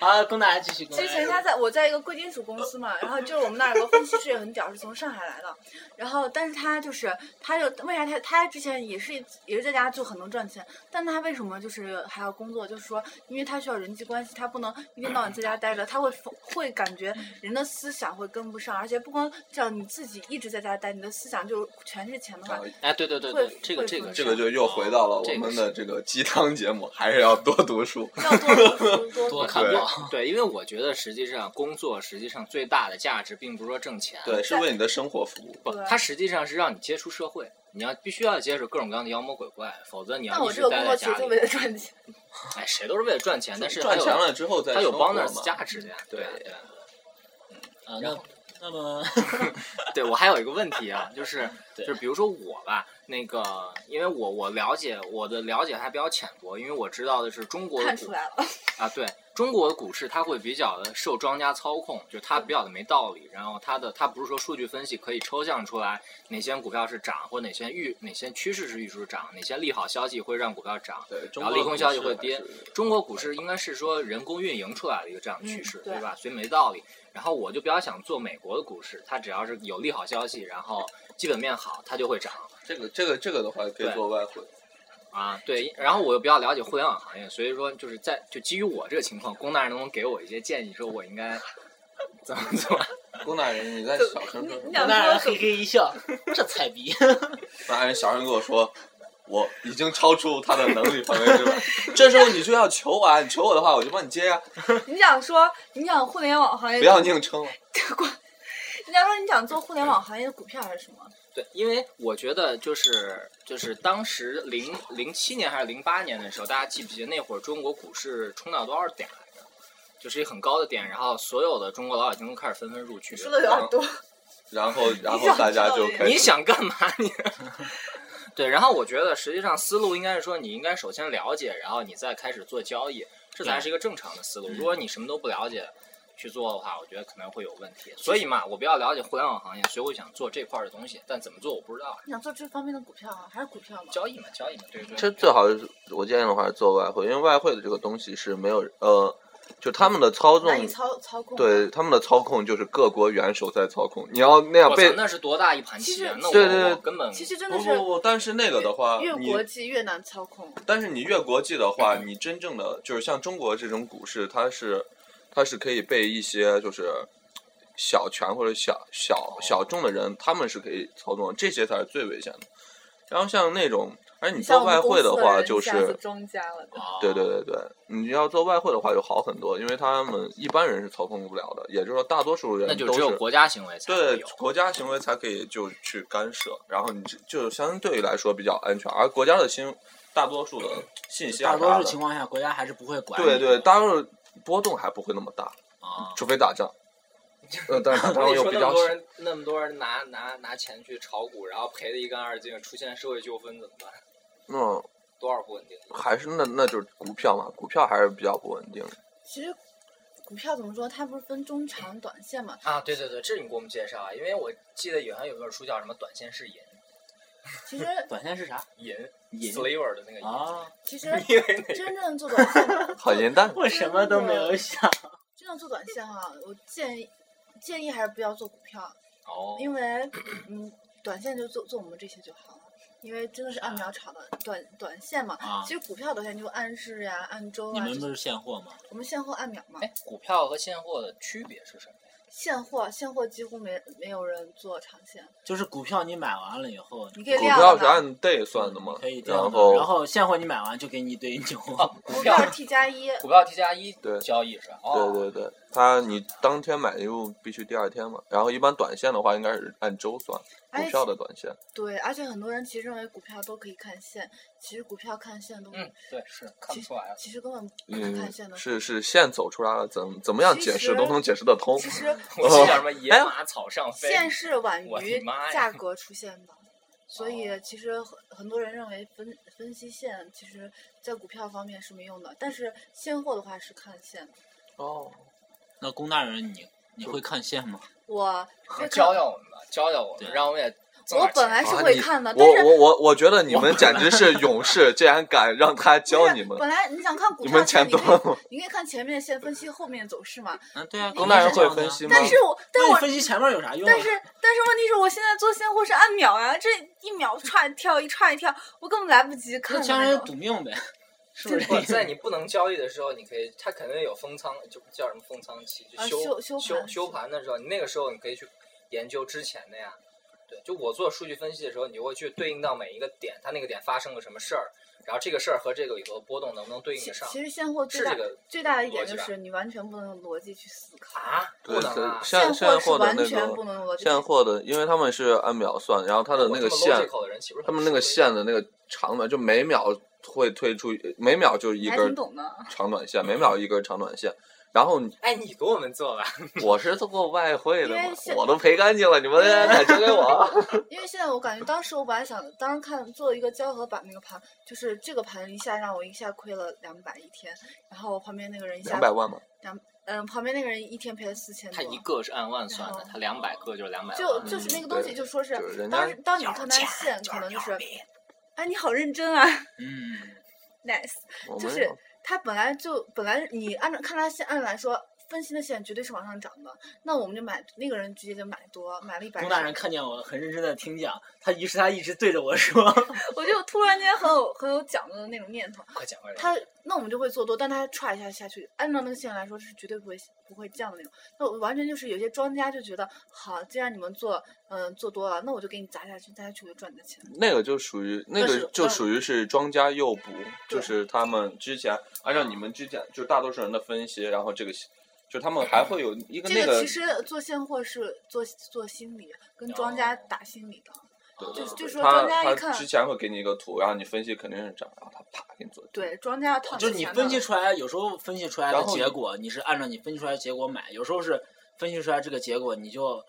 Speaker 4: 啊，龚大人继续。龚大
Speaker 6: 之
Speaker 4: 人
Speaker 6: 前他在我在一个贵金属公司嘛，然后就是我们那儿有个分析师也很屌，是从上海来的，然后但是他就是他就为啥他他之前也是也是在家就很能赚钱，但他为什么就是还要工作？就是说，因为他需要人际关系，他不能一天到晚在家待着，他会疯会感觉人的思想会跟不上，而且不光这样，你自己一直在家待，你的思想就全是钱的话，
Speaker 3: 哎，对对对
Speaker 6: 会
Speaker 3: 对，这个
Speaker 6: 会
Speaker 3: 这个
Speaker 6: 分
Speaker 5: 这个就又回到了
Speaker 3: 这
Speaker 5: 我
Speaker 3: 个
Speaker 5: 们
Speaker 3: 是
Speaker 5: 的这个鸡汤节目，还是要多读书。
Speaker 6: 要多读书
Speaker 4: 多
Speaker 6: 多
Speaker 4: 看
Speaker 5: 对
Speaker 4: 报，
Speaker 3: 对，因为我觉得实际上工作实际上最大的价值并不是说挣钱，
Speaker 5: 对，是为你的生活服务。
Speaker 3: 不
Speaker 6: 对，啊
Speaker 3: 它实际上是让你接触社会，你要必须要接触各种各样的妖魔鬼怪，否则你
Speaker 6: 但
Speaker 3: 要
Speaker 6: 我
Speaker 3: 一直
Speaker 6: 这个
Speaker 3: 待
Speaker 6: 工
Speaker 3: 在
Speaker 6: 作其实
Speaker 3: 家
Speaker 6: 特别
Speaker 3: 里。
Speaker 6: 的赚钱，
Speaker 3: 哎，谁都是为了赚钱，但是它
Speaker 5: 赚
Speaker 3: 有
Speaker 5: 钱了之后再
Speaker 3: 它有
Speaker 5: 生活
Speaker 3: bonus
Speaker 5: 嘛
Speaker 3: 价值的呀，
Speaker 5: 对
Speaker 3: 啊
Speaker 5: 呀
Speaker 3: 对啊。
Speaker 4: 啊，那那么
Speaker 3: 对我还有一个问题啊，就是
Speaker 4: 对
Speaker 3: 就是比如说我吧，那个因为我我了解我的了解还比较浅薄，因为我知道的是中国的
Speaker 6: 看
Speaker 3: 股
Speaker 6: 出来了。
Speaker 3: 啊，对中国的股市，它会比较的受庄家操控，就它比较的没道理。然后它的它不是说数据分析可以抽象出来哪些股票是涨，或者哪些预哪些趋势是预示涨，哪些利好消息会让股票涨。
Speaker 5: 对，中
Speaker 3: 然后
Speaker 5: 国
Speaker 3: 利空消息
Speaker 5: 股市
Speaker 3: 会
Speaker 5: 还
Speaker 3: 跌
Speaker 5: 是，
Speaker 3: 中国股市应该是说人工运营出来的一个这样的趋
Speaker 6: 嗯
Speaker 3: 势，
Speaker 6: 对
Speaker 3: 对吧？所以没道理。然后我就比较想做美国的股市，它只要是有利好消息，然后基本面好，它就会涨。
Speaker 5: 这个这个这个的话可以
Speaker 3: 对
Speaker 5: 做外汇。
Speaker 3: 啊，对，然后我又比较了解互联网行业，所以说就是在就基于我这个情况，龚大人能不能给我一些建议，说我应该怎么做？
Speaker 5: 龚大人，你在小声说什么
Speaker 6: 你？
Speaker 4: 龚
Speaker 6: 想
Speaker 4: 大人
Speaker 6: 说
Speaker 4: 嘿嘿一笑，这菜逼，
Speaker 5: 然后人小声跟我说，我已经超出他的能力范围之 外。这时候你就要求我啊，你求我的话，我就帮你接呀、啊
Speaker 6: 你想说，你想互联网行业
Speaker 5: 不要，硬撑了。
Speaker 6: 这关，人家说你想做互联网行业的股票还是什么？
Speaker 3: 对，因为我觉得就是就是当时零零七年还是零八年的时候，大家记不记得那会儿中国股市冲到多少点来着？就是一很高的点，然后所有的中国老百姓都开始纷纷入局。
Speaker 6: 说的有点多，
Speaker 5: 然后然后
Speaker 6: 想
Speaker 5: 大家
Speaker 6: 知道
Speaker 5: 就
Speaker 6: 这个
Speaker 5: 开
Speaker 3: 你
Speaker 5: 始
Speaker 3: 想 干嘛你？ 对，然后我觉得实际上思路应该是说，你应该首先了解，然后你再开始做交易，这才是一个正常的思路。
Speaker 5: 嗯
Speaker 3: 如果你什么都不了解去做的话，我觉得可能会有问题。所以嘛，我比较了解互联网行业，所以我想做这块儿的东西，但怎么做我不知道。
Speaker 6: 你想做这方面的股票啊，还是股票吗？
Speaker 3: 交易嘛，交易嘛，对对。
Speaker 5: 其实最好是我建议的话是做外汇，因为外汇的这个东西是没有呃，就他们的操
Speaker 6: 难以
Speaker 5: 纵，
Speaker 6: 操操控。啊
Speaker 5: 对，他们的操控就是各国元首在操控。你要那样
Speaker 3: 我
Speaker 5: 被
Speaker 3: 操，那是多大一盘棋啊！
Speaker 6: 其实
Speaker 3: 那我
Speaker 5: 对对对
Speaker 3: 我根本
Speaker 6: 其实真
Speaker 5: 不
Speaker 6: 的
Speaker 5: 不
Speaker 6: 是
Speaker 5: 不，但是那个的话，
Speaker 6: 越
Speaker 5: 啊你
Speaker 6: 国际越难操控。
Speaker 5: 但是你越国际的话，你真正的就是像中国这种股市，它是它是可以被一些就是小权或者小小小众的人，他们是可以操纵的，这些才是最危险的。然后像那种，而你
Speaker 6: 像
Speaker 5: 做
Speaker 6: 我
Speaker 5: 外
Speaker 6: 们公
Speaker 5: 汇
Speaker 6: 司
Speaker 5: 的
Speaker 6: 的
Speaker 5: 话，
Speaker 6: 人
Speaker 5: 就
Speaker 6: 一下子
Speaker 5: 是啊
Speaker 6: 庄家了的。
Speaker 5: 对对对对，你要做外汇的话就好很多，因为他们一般人是操控不了的，也就是说大多数人
Speaker 3: 那
Speaker 5: 都
Speaker 3: 就是只有国家行为才会
Speaker 5: 对
Speaker 3: 有。
Speaker 5: 国家行为才可以就去干涉，然后你就就相对来说比较安全，而国家的新大多数的信息啊
Speaker 4: 大多
Speaker 5: 啥
Speaker 4: 数
Speaker 5: 的
Speaker 4: 情况下，国家还是不会管你
Speaker 5: 对
Speaker 4: 的。
Speaker 5: 对，大多数波动还不会那么大，
Speaker 3: 啊，
Speaker 5: 除非打 仗。呃，但是打
Speaker 3: 我
Speaker 5: 仗
Speaker 3: 跟你说，
Speaker 5: 又比
Speaker 3: 那么
Speaker 5: 较
Speaker 3: 多人，那么多人拿拿拿钱去炒股，然后赔的一干二净，出现社会纠纷怎么办？
Speaker 5: 嗯，
Speaker 3: 多少不稳定？
Speaker 5: 还是那那就是股票嘛，股票还是比较不稳定的。
Speaker 6: 其实股票怎么说，它不是分中长短线嘛？
Speaker 3: 啊，对对对，这你给我们介绍啊，因为我记得有好像有本书叫什么《短线是银
Speaker 6: 其实
Speaker 4: 短线是啥
Speaker 3: 银银 flavor 的那个银》，
Speaker 4: 啊？
Speaker 6: 其实
Speaker 3: 因为那
Speaker 6: 真正做短线，
Speaker 5: 好银蛋，
Speaker 4: 我什么都没有想。
Speaker 6: 真正做短线哈、我建议建议还是不要做股票，
Speaker 3: 哦，
Speaker 6: 因为嗯，短线就做做我们这些就好了。因为真的是按秒炒的，短短线嘛。
Speaker 4: 啊
Speaker 6: 其实股票短线就按日呀、按周
Speaker 4: 你
Speaker 6: 啊，
Speaker 4: 们
Speaker 6: 这
Speaker 4: 不
Speaker 6: 些
Speaker 4: 是现货吗？
Speaker 6: 我们现货按秒嘛。
Speaker 3: 哎，股票和现货的区别是什么呀？
Speaker 6: 现货现货几乎没没有人做长线，
Speaker 4: 就是股票你买完了以后，
Speaker 6: 你
Speaker 4: 你
Speaker 6: 可以
Speaker 5: 股
Speaker 6: 量
Speaker 5: 票是
Speaker 6: 的。
Speaker 5: 按 day 算的嘛
Speaker 4: 嗯可以，这样
Speaker 5: 然
Speaker 4: 的然
Speaker 5: 后哦
Speaker 4: 后现货你买完就给你一堆牛。
Speaker 6: 股票是 T 加一，
Speaker 3: 股票 T 加一
Speaker 5: 对
Speaker 3: 交易是吧？哦
Speaker 5: 对对对，它你当天买入必须第二天嘛，然后一般短线的话应该是按周算，
Speaker 6: 而
Speaker 4: 哎
Speaker 5: 股
Speaker 6: 且
Speaker 5: 票的短线。
Speaker 6: 对，而且很多人其实认为股票都可以看线，其实股票看线都、
Speaker 3: 嗯，对，是看不出 来啊。
Speaker 6: 其实根本不是看
Speaker 5: 嗯
Speaker 6: 线，的。
Speaker 5: 是是线走出来了，怎怎么样
Speaker 6: 其
Speaker 5: 解
Speaker 6: 实
Speaker 5: 释都能解释得通。
Speaker 6: 其实
Speaker 3: 我记得叫什么“野
Speaker 5: 哎
Speaker 3: 马草上飞”，
Speaker 6: 线是晚
Speaker 3: 我的
Speaker 6: 于
Speaker 3: 妈呀哦
Speaker 6: 价格出现 的，所以其实很很多人认为分分析线其实在股票方面是没用的，但是现货的话是看线的。
Speaker 5: 哦，
Speaker 4: 那龚大人你，你会看线吗？
Speaker 6: 我会看
Speaker 3: 教，教我们吧，教教我
Speaker 4: 对
Speaker 3: 们，让我们也挣
Speaker 6: 我
Speaker 3: 点
Speaker 6: 本
Speaker 3: 钱
Speaker 6: 来是
Speaker 5: 啊
Speaker 6: 会
Speaker 5: 你
Speaker 6: 看的，
Speaker 5: 我
Speaker 6: 但是
Speaker 5: 我我我觉得你们简直是勇士，竟然敢让他
Speaker 6: 不
Speaker 5: 教
Speaker 6: 是
Speaker 5: 你们。
Speaker 6: 本来你想看股
Speaker 5: 你
Speaker 6: 票
Speaker 5: 们钱
Speaker 6: 前，你
Speaker 5: 多
Speaker 6: 可以
Speaker 5: 吗？
Speaker 6: 你可以看前面的线分析后面走势嘛。
Speaker 4: 嗯，对啊，
Speaker 5: 龚大人
Speaker 4: 是这样
Speaker 5: 会
Speaker 4: 的
Speaker 5: 分
Speaker 4: 啊
Speaker 5: 析吗？
Speaker 6: 但是我但
Speaker 4: 那
Speaker 6: 我
Speaker 4: 你分析前面有啥用啊？
Speaker 6: 但是但是问题是我现在做现货是按秒啊，这一秒歘一跳一歘一跳，我根本来不及看
Speaker 4: 那
Speaker 6: 的
Speaker 4: 相
Speaker 6: 那
Speaker 4: 当于
Speaker 6: 种。
Speaker 4: 赌命呗，是不
Speaker 3: 不
Speaker 4: 是
Speaker 3: 是 在你不能交易的时候，你可以，它肯定有封仓，就叫什么封仓期，就
Speaker 6: 啊
Speaker 3: 修、
Speaker 6: 修修
Speaker 3: 修
Speaker 6: 盘
Speaker 3: 盘的时候，你那个时候你可以去研究之前的呀。对，就我做数据分析的时候，你就会去对应到每一个点，它那个点发生了什么事儿，然后这个事儿和这个里头的波动能不能对应
Speaker 6: 其
Speaker 3: 得上
Speaker 6: 其实现货最
Speaker 3: 是
Speaker 6: 大
Speaker 3: 这个
Speaker 6: 最大的一点
Speaker 3: 逻辑
Speaker 6: 就
Speaker 3: 吧
Speaker 6: 是你完全不能用逻辑去思考，
Speaker 3: 啊？不
Speaker 5: 对，
Speaker 3: 能啊
Speaker 5: 是！ 现
Speaker 6: 现货
Speaker 5: 现
Speaker 6: 是
Speaker 5: 货的
Speaker 6: 完
Speaker 5: 那
Speaker 6: 全不
Speaker 5: 个
Speaker 6: 能用逻辑。
Speaker 5: 现货的，因为他们是按秒算，然后它的那个线，
Speaker 3: 口的人岂不是
Speaker 5: 他
Speaker 3: 很
Speaker 5: 们那个
Speaker 3: 吃亏
Speaker 5: 线的那个长短，就每秒会推出每秒就
Speaker 6: 你
Speaker 5: 一
Speaker 6: 还挺
Speaker 5: 根
Speaker 6: 懂的，
Speaker 5: 长短线，每秒一根长短线。然后
Speaker 3: 哎，你给我们做吧。
Speaker 5: 我是做过外汇的
Speaker 6: 因为
Speaker 5: 嘛，
Speaker 6: 现
Speaker 5: 我都赔干净了，你们敢交给 我？
Speaker 6: 因为现在我感觉当时我本来想，当时看做一个交合板那个盘，就是这个盘一下让我一下亏了两百一天，然后我旁边那个人一下
Speaker 5: 两百万嘛，
Speaker 6: 嗯，旁边那个人一天赔了四千多
Speaker 3: 他。一个是按万算
Speaker 4: 嗯
Speaker 3: 的，他两百个就是两百
Speaker 6: 就
Speaker 3: 万。
Speaker 6: 就是那个东西，
Speaker 5: 对
Speaker 6: 就说是
Speaker 5: 就是人
Speaker 6: 当
Speaker 5: 家
Speaker 6: 时当你看它线，可能就是，哎，你好认真啊
Speaker 4: 嗯，
Speaker 6: ，nice。
Speaker 5: 我
Speaker 6: 就
Speaker 5: 们
Speaker 6: 是它本来就本来你按照看它线，按理来说分析的线绝对是往上涨的，那我们就买那个人直接就买多，买了一百。
Speaker 4: 龚大人看见我很认真的听讲，他于是他一直对着我说，
Speaker 6: 我就突然间很有很有讲究的那种念头。
Speaker 3: 快讲快讲。
Speaker 6: 他那我们就会做多，但他歘一下下去，按照那个线来说是绝对不会不会降的那种。那我完全就是有些庄家就觉得，好，既然你们做嗯、做多了，那我就给你砸下去，砸下去我就赚你的钱。
Speaker 5: 那个就属于那
Speaker 4: 但
Speaker 5: 个
Speaker 4: 是
Speaker 5: 就
Speaker 4: 但
Speaker 5: 属于是庄家诱捕，
Speaker 6: 嗯对
Speaker 5: 就是他们之前按照你们之前就是大多数人的分析，然后这个就是他们还会有一个
Speaker 6: 这
Speaker 5: 那
Speaker 6: 个
Speaker 5: 个
Speaker 6: 其实做现货是做做心理，跟庄家
Speaker 5: 哦
Speaker 6: 打心理的，
Speaker 5: 对
Speaker 6: 就
Speaker 5: 对
Speaker 6: 就
Speaker 5: 对
Speaker 6: 说
Speaker 5: 他
Speaker 6: 专家一
Speaker 5: 他
Speaker 6: 看
Speaker 5: 之前会给你一个图，然后你分析肯定是这样，然后他啪给你做。
Speaker 6: 对庄
Speaker 5: 哦
Speaker 6: 家套
Speaker 4: 就是你分析出来，有时候分析出来的
Speaker 5: 然后
Speaker 4: 结果，你是按照你分析出来的结果买；有时候是分析出来这个结果，你就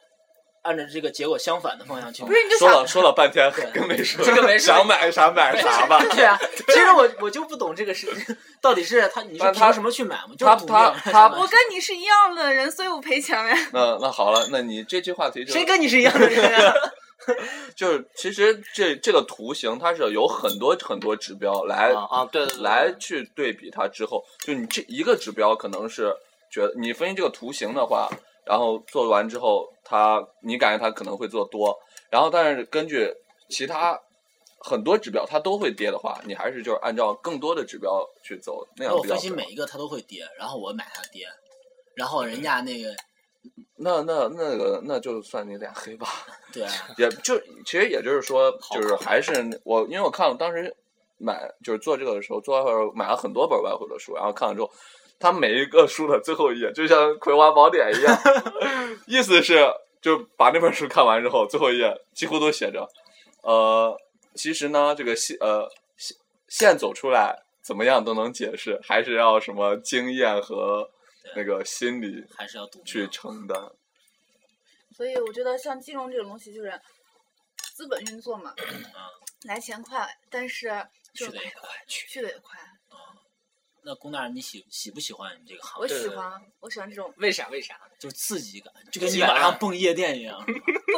Speaker 4: 按照这个结果相反的方向去买
Speaker 6: 不。是你就
Speaker 5: 说
Speaker 6: 想
Speaker 5: 了说了半天
Speaker 4: 对，
Speaker 5: 跟没说。
Speaker 4: 这个没说
Speaker 5: 想买啥买啥吧。
Speaker 4: 对啊，其实我我就不懂这个事，到底是他你是
Speaker 5: 但他
Speaker 4: 凭什么去买嘛？就
Speaker 5: 他
Speaker 4: 是赌命
Speaker 5: 他他
Speaker 6: 我跟你是一样的人，所以我赔钱呗。
Speaker 5: 那那好了，那你这句话题就
Speaker 4: 谁跟你是一样的人啊？
Speaker 5: 就是其实这这个图形它是有很多很多指标来
Speaker 3: 啊啊，对对对，
Speaker 5: 来去对比它之后，就你这一个指标可能是觉得你分析这个图形的话，然后做完之后，它你感觉它可能会做多，然后但是根据其他很多指标它都会跌的话，你还是就是按照更多的指标去走， 那样
Speaker 4: 我
Speaker 5: 比较
Speaker 4: 分析
Speaker 5: 准
Speaker 4: 每一个它都会跌，然后我买它跌，然后人家那个
Speaker 5: 那那那个那就算你脸黑吧，
Speaker 4: 对啊，
Speaker 5: 也就其实也就是说，
Speaker 3: 好
Speaker 5: 就是还是我因为我看了当时买就是做这个的时候，做外汇的时候买了很多本外汇的书，然后看了之后，它每一个书的最后一页就像《葵花宝典》一样，意思是就把那本书看完之后，最后一页几乎都写着，呃，其实呢这个线呃线线走出来怎么样都能解释，还是要什么经验和那个心理
Speaker 4: 还是要赌
Speaker 5: 去
Speaker 4: 命。
Speaker 5: 承担。
Speaker 6: 所以我觉得像金融这种东西，就是资本运作嘛，
Speaker 5: 啊
Speaker 6: 来钱快，但是
Speaker 4: 去
Speaker 6: 就是
Speaker 4: 的也快去。
Speaker 6: 去的也快。
Speaker 4: 那龚大人，你喜喜不喜欢你这个行
Speaker 6: 我
Speaker 4: 业？
Speaker 6: 喜欢，我喜欢这种
Speaker 3: 为啥为啥？
Speaker 4: 就是刺激感，就跟你
Speaker 3: 起来
Speaker 4: 晚上
Speaker 3: 了
Speaker 4: 蹦夜店一样。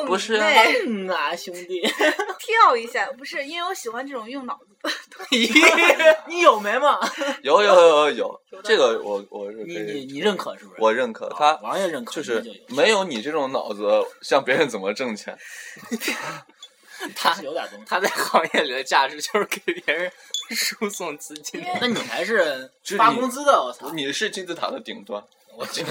Speaker 5: 不是啊
Speaker 6: 蹦内
Speaker 4: 嗯啊，兄 弟，
Speaker 6: 跳一下，不是因为我喜欢这种用脑子的。
Speaker 4: 你有没嘛？
Speaker 5: 有有有有有
Speaker 6: 有，的
Speaker 5: 这个我我是可
Speaker 4: 你你
Speaker 5: 以，
Speaker 4: 你认可是不是？啊
Speaker 5: 我认可他，
Speaker 4: 王爷认可，
Speaker 5: 就
Speaker 4: 你
Speaker 5: 是
Speaker 4: 有
Speaker 5: 没有你这种脑子，像别人怎么挣钱？
Speaker 4: 他是有点东西。
Speaker 3: 他在行业里的价值就是给别人输送资金
Speaker 6: 因。为
Speaker 4: 那你还是
Speaker 5: 就是
Speaker 4: 发
Speaker 5: 你
Speaker 4: 工资的，我操！
Speaker 5: 你是金字塔的顶端，
Speaker 4: 我觉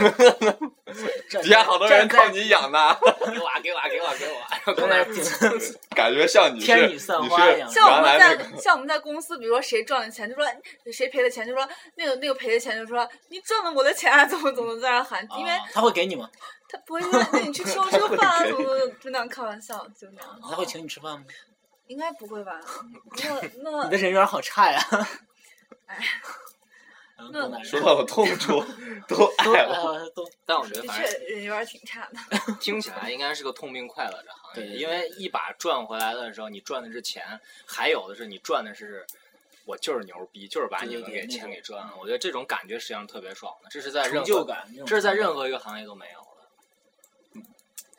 Speaker 5: 底下好多人靠
Speaker 4: 你。
Speaker 5: 你养 呢，
Speaker 3: 给我啊，给我啊，给我啊，给我啊！然后
Speaker 4: 站
Speaker 3: 刚
Speaker 4: 在
Speaker 3: 才
Speaker 5: 感觉像你是
Speaker 4: 天女
Speaker 5: 你是
Speaker 4: 散
Speaker 5: 原
Speaker 4: 花一样
Speaker 6: 像我
Speaker 5: 来
Speaker 6: 们
Speaker 5: 那
Speaker 6: 在、
Speaker 5: 个，
Speaker 6: 像我们在公司，比如说谁赚了钱，就说谁赔了钱，就说那个那个赔了钱，就说你赚了我的钱啊，怎么怎么在那喊， 因为
Speaker 4: 啊他会给你吗？
Speaker 6: 他不会说那你去请我吃个饭啊，怎么怎么就那样开玩笑，就那样，
Speaker 4: 他会请你吃饭吗？
Speaker 6: 应该不会吧？那
Speaker 4: 你
Speaker 6: 那
Speaker 4: 的人缘好差呀！
Speaker 6: 哎
Speaker 4: 嗯，
Speaker 6: 那
Speaker 4: 东南人
Speaker 5: 说到了痛 处，都
Speaker 4: 都
Speaker 5: 爱了。
Speaker 4: 呃都
Speaker 3: 但我觉
Speaker 6: 的
Speaker 3: 得
Speaker 6: 确
Speaker 3: 反正
Speaker 6: 人缘儿挺差的。
Speaker 3: 听起来应该是个痛并快乐着行
Speaker 4: 对
Speaker 3: 业，
Speaker 4: 对对
Speaker 3: 因为一把赚回来的时候，你赚的是钱，还有的是你赚的是。我就是牛逼，就是把你们
Speaker 4: 对对对
Speaker 3: 给钱
Speaker 4: 那种嗯
Speaker 3: 给赚了。我觉得这种感觉实际上特别爽的，这是在任
Speaker 4: 成就
Speaker 3: 何
Speaker 4: 感，那种
Speaker 3: 这是在任何一个行业都没有的。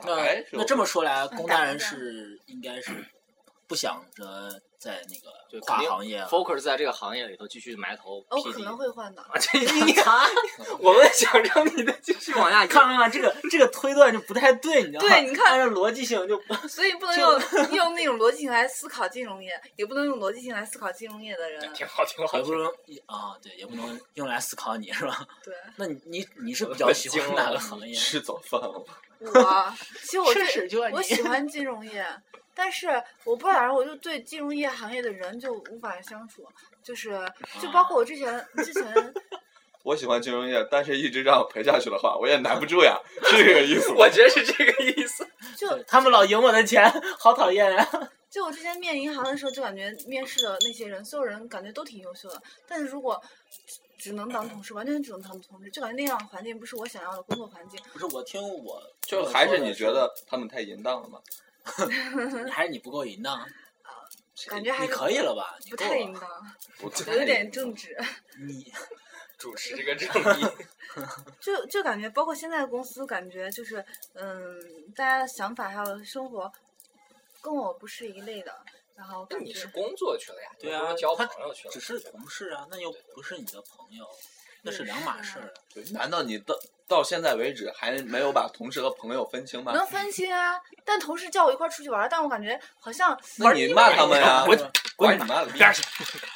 Speaker 4: 那
Speaker 5: 哎是
Speaker 4: 呃那这么说来，龚大人
Speaker 6: 打一下
Speaker 4: 是应该是不想着在那个
Speaker 3: 对
Speaker 4: 跨
Speaker 3: 肯定
Speaker 4: 行业啊 了
Speaker 3: focus 在这个行业里头继续埋头
Speaker 6: 哦，
Speaker 3: 劈
Speaker 6: 可
Speaker 3: 地。
Speaker 6: 能会换的。
Speaker 3: 啊， 这你看，我们想让你的继续往下
Speaker 4: 看没看这个这个推断就不太对，你知道吗？
Speaker 6: 对你看
Speaker 4: 按照逻辑性就不
Speaker 6: 所以不能用用那种逻辑性来思考金融业，也不能用逻辑性来思考金融业 的人。
Speaker 3: 挺好，挺好
Speaker 4: 也。不能啊，对，也不能用来思考你是吧？
Speaker 6: 啊对，
Speaker 4: 那你你你是比较喜欢哪个行 业？
Speaker 5: 吃早饭了吗？
Speaker 6: 我其实我
Speaker 4: 吃
Speaker 6: 最
Speaker 4: 屎就爱啊
Speaker 6: 我
Speaker 4: 你
Speaker 6: 喜欢金融业，但是我不知道，然后我就对金融业行业的人就无法相处，就是就包括我之前之前
Speaker 5: 我喜欢金融业，但是一直让我赔下去的话，我也难不住呀，是这个 意思吗？
Speaker 3: 我觉得是这个意思。
Speaker 6: 就
Speaker 4: 他们老赢我的钱，好讨厌啊呀、
Speaker 6: 就我之前面银行的时候，就感觉面试的那些人，所有人感觉都挺优秀的，但是如果只只能当同事，完全只能当同事，就感觉那样的环境不是我想要的工作环境。
Speaker 4: 不是我听我
Speaker 5: 就还是你觉得他们太淫荡了吗？
Speaker 4: 还是你不够淫荡，
Speaker 6: 感觉还
Speaker 4: 你
Speaker 6: 是
Speaker 4: 可以了吧？你
Speaker 6: 不
Speaker 4: 够了
Speaker 6: 太应当，
Speaker 5: 不太
Speaker 6: 有一点
Speaker 5: 淫
Speaker 6: 正直。
Speaker 4: 你
Speaker 3: 主持这个正 义，
Speaker 6: 就就感觉，包括现在的公司，感觉就是，嗯，大家的想法还有生活，跟我不是一类的。然后感
Speaker 3: 你
Speaker 6: 觉
Speaker 3: 是工作去了呀，
Speaker 4: 对啊
Speaker 3: 你不是交朋友去了。
Speaker 4: 只是同事啊，那又不是你的朋友，那是两码事儿啊。
Speaker 5: 对难道你到到现在为止还没有把同事和朋友分清吗？
Speaker 6: 能分清啊，但同事叫我一块儿出去玩儿，但我感觉好像
Speaker 5: 那你骂他们 呀，
Speaker 4: 滚
Speaker 5: 管你妈的逼！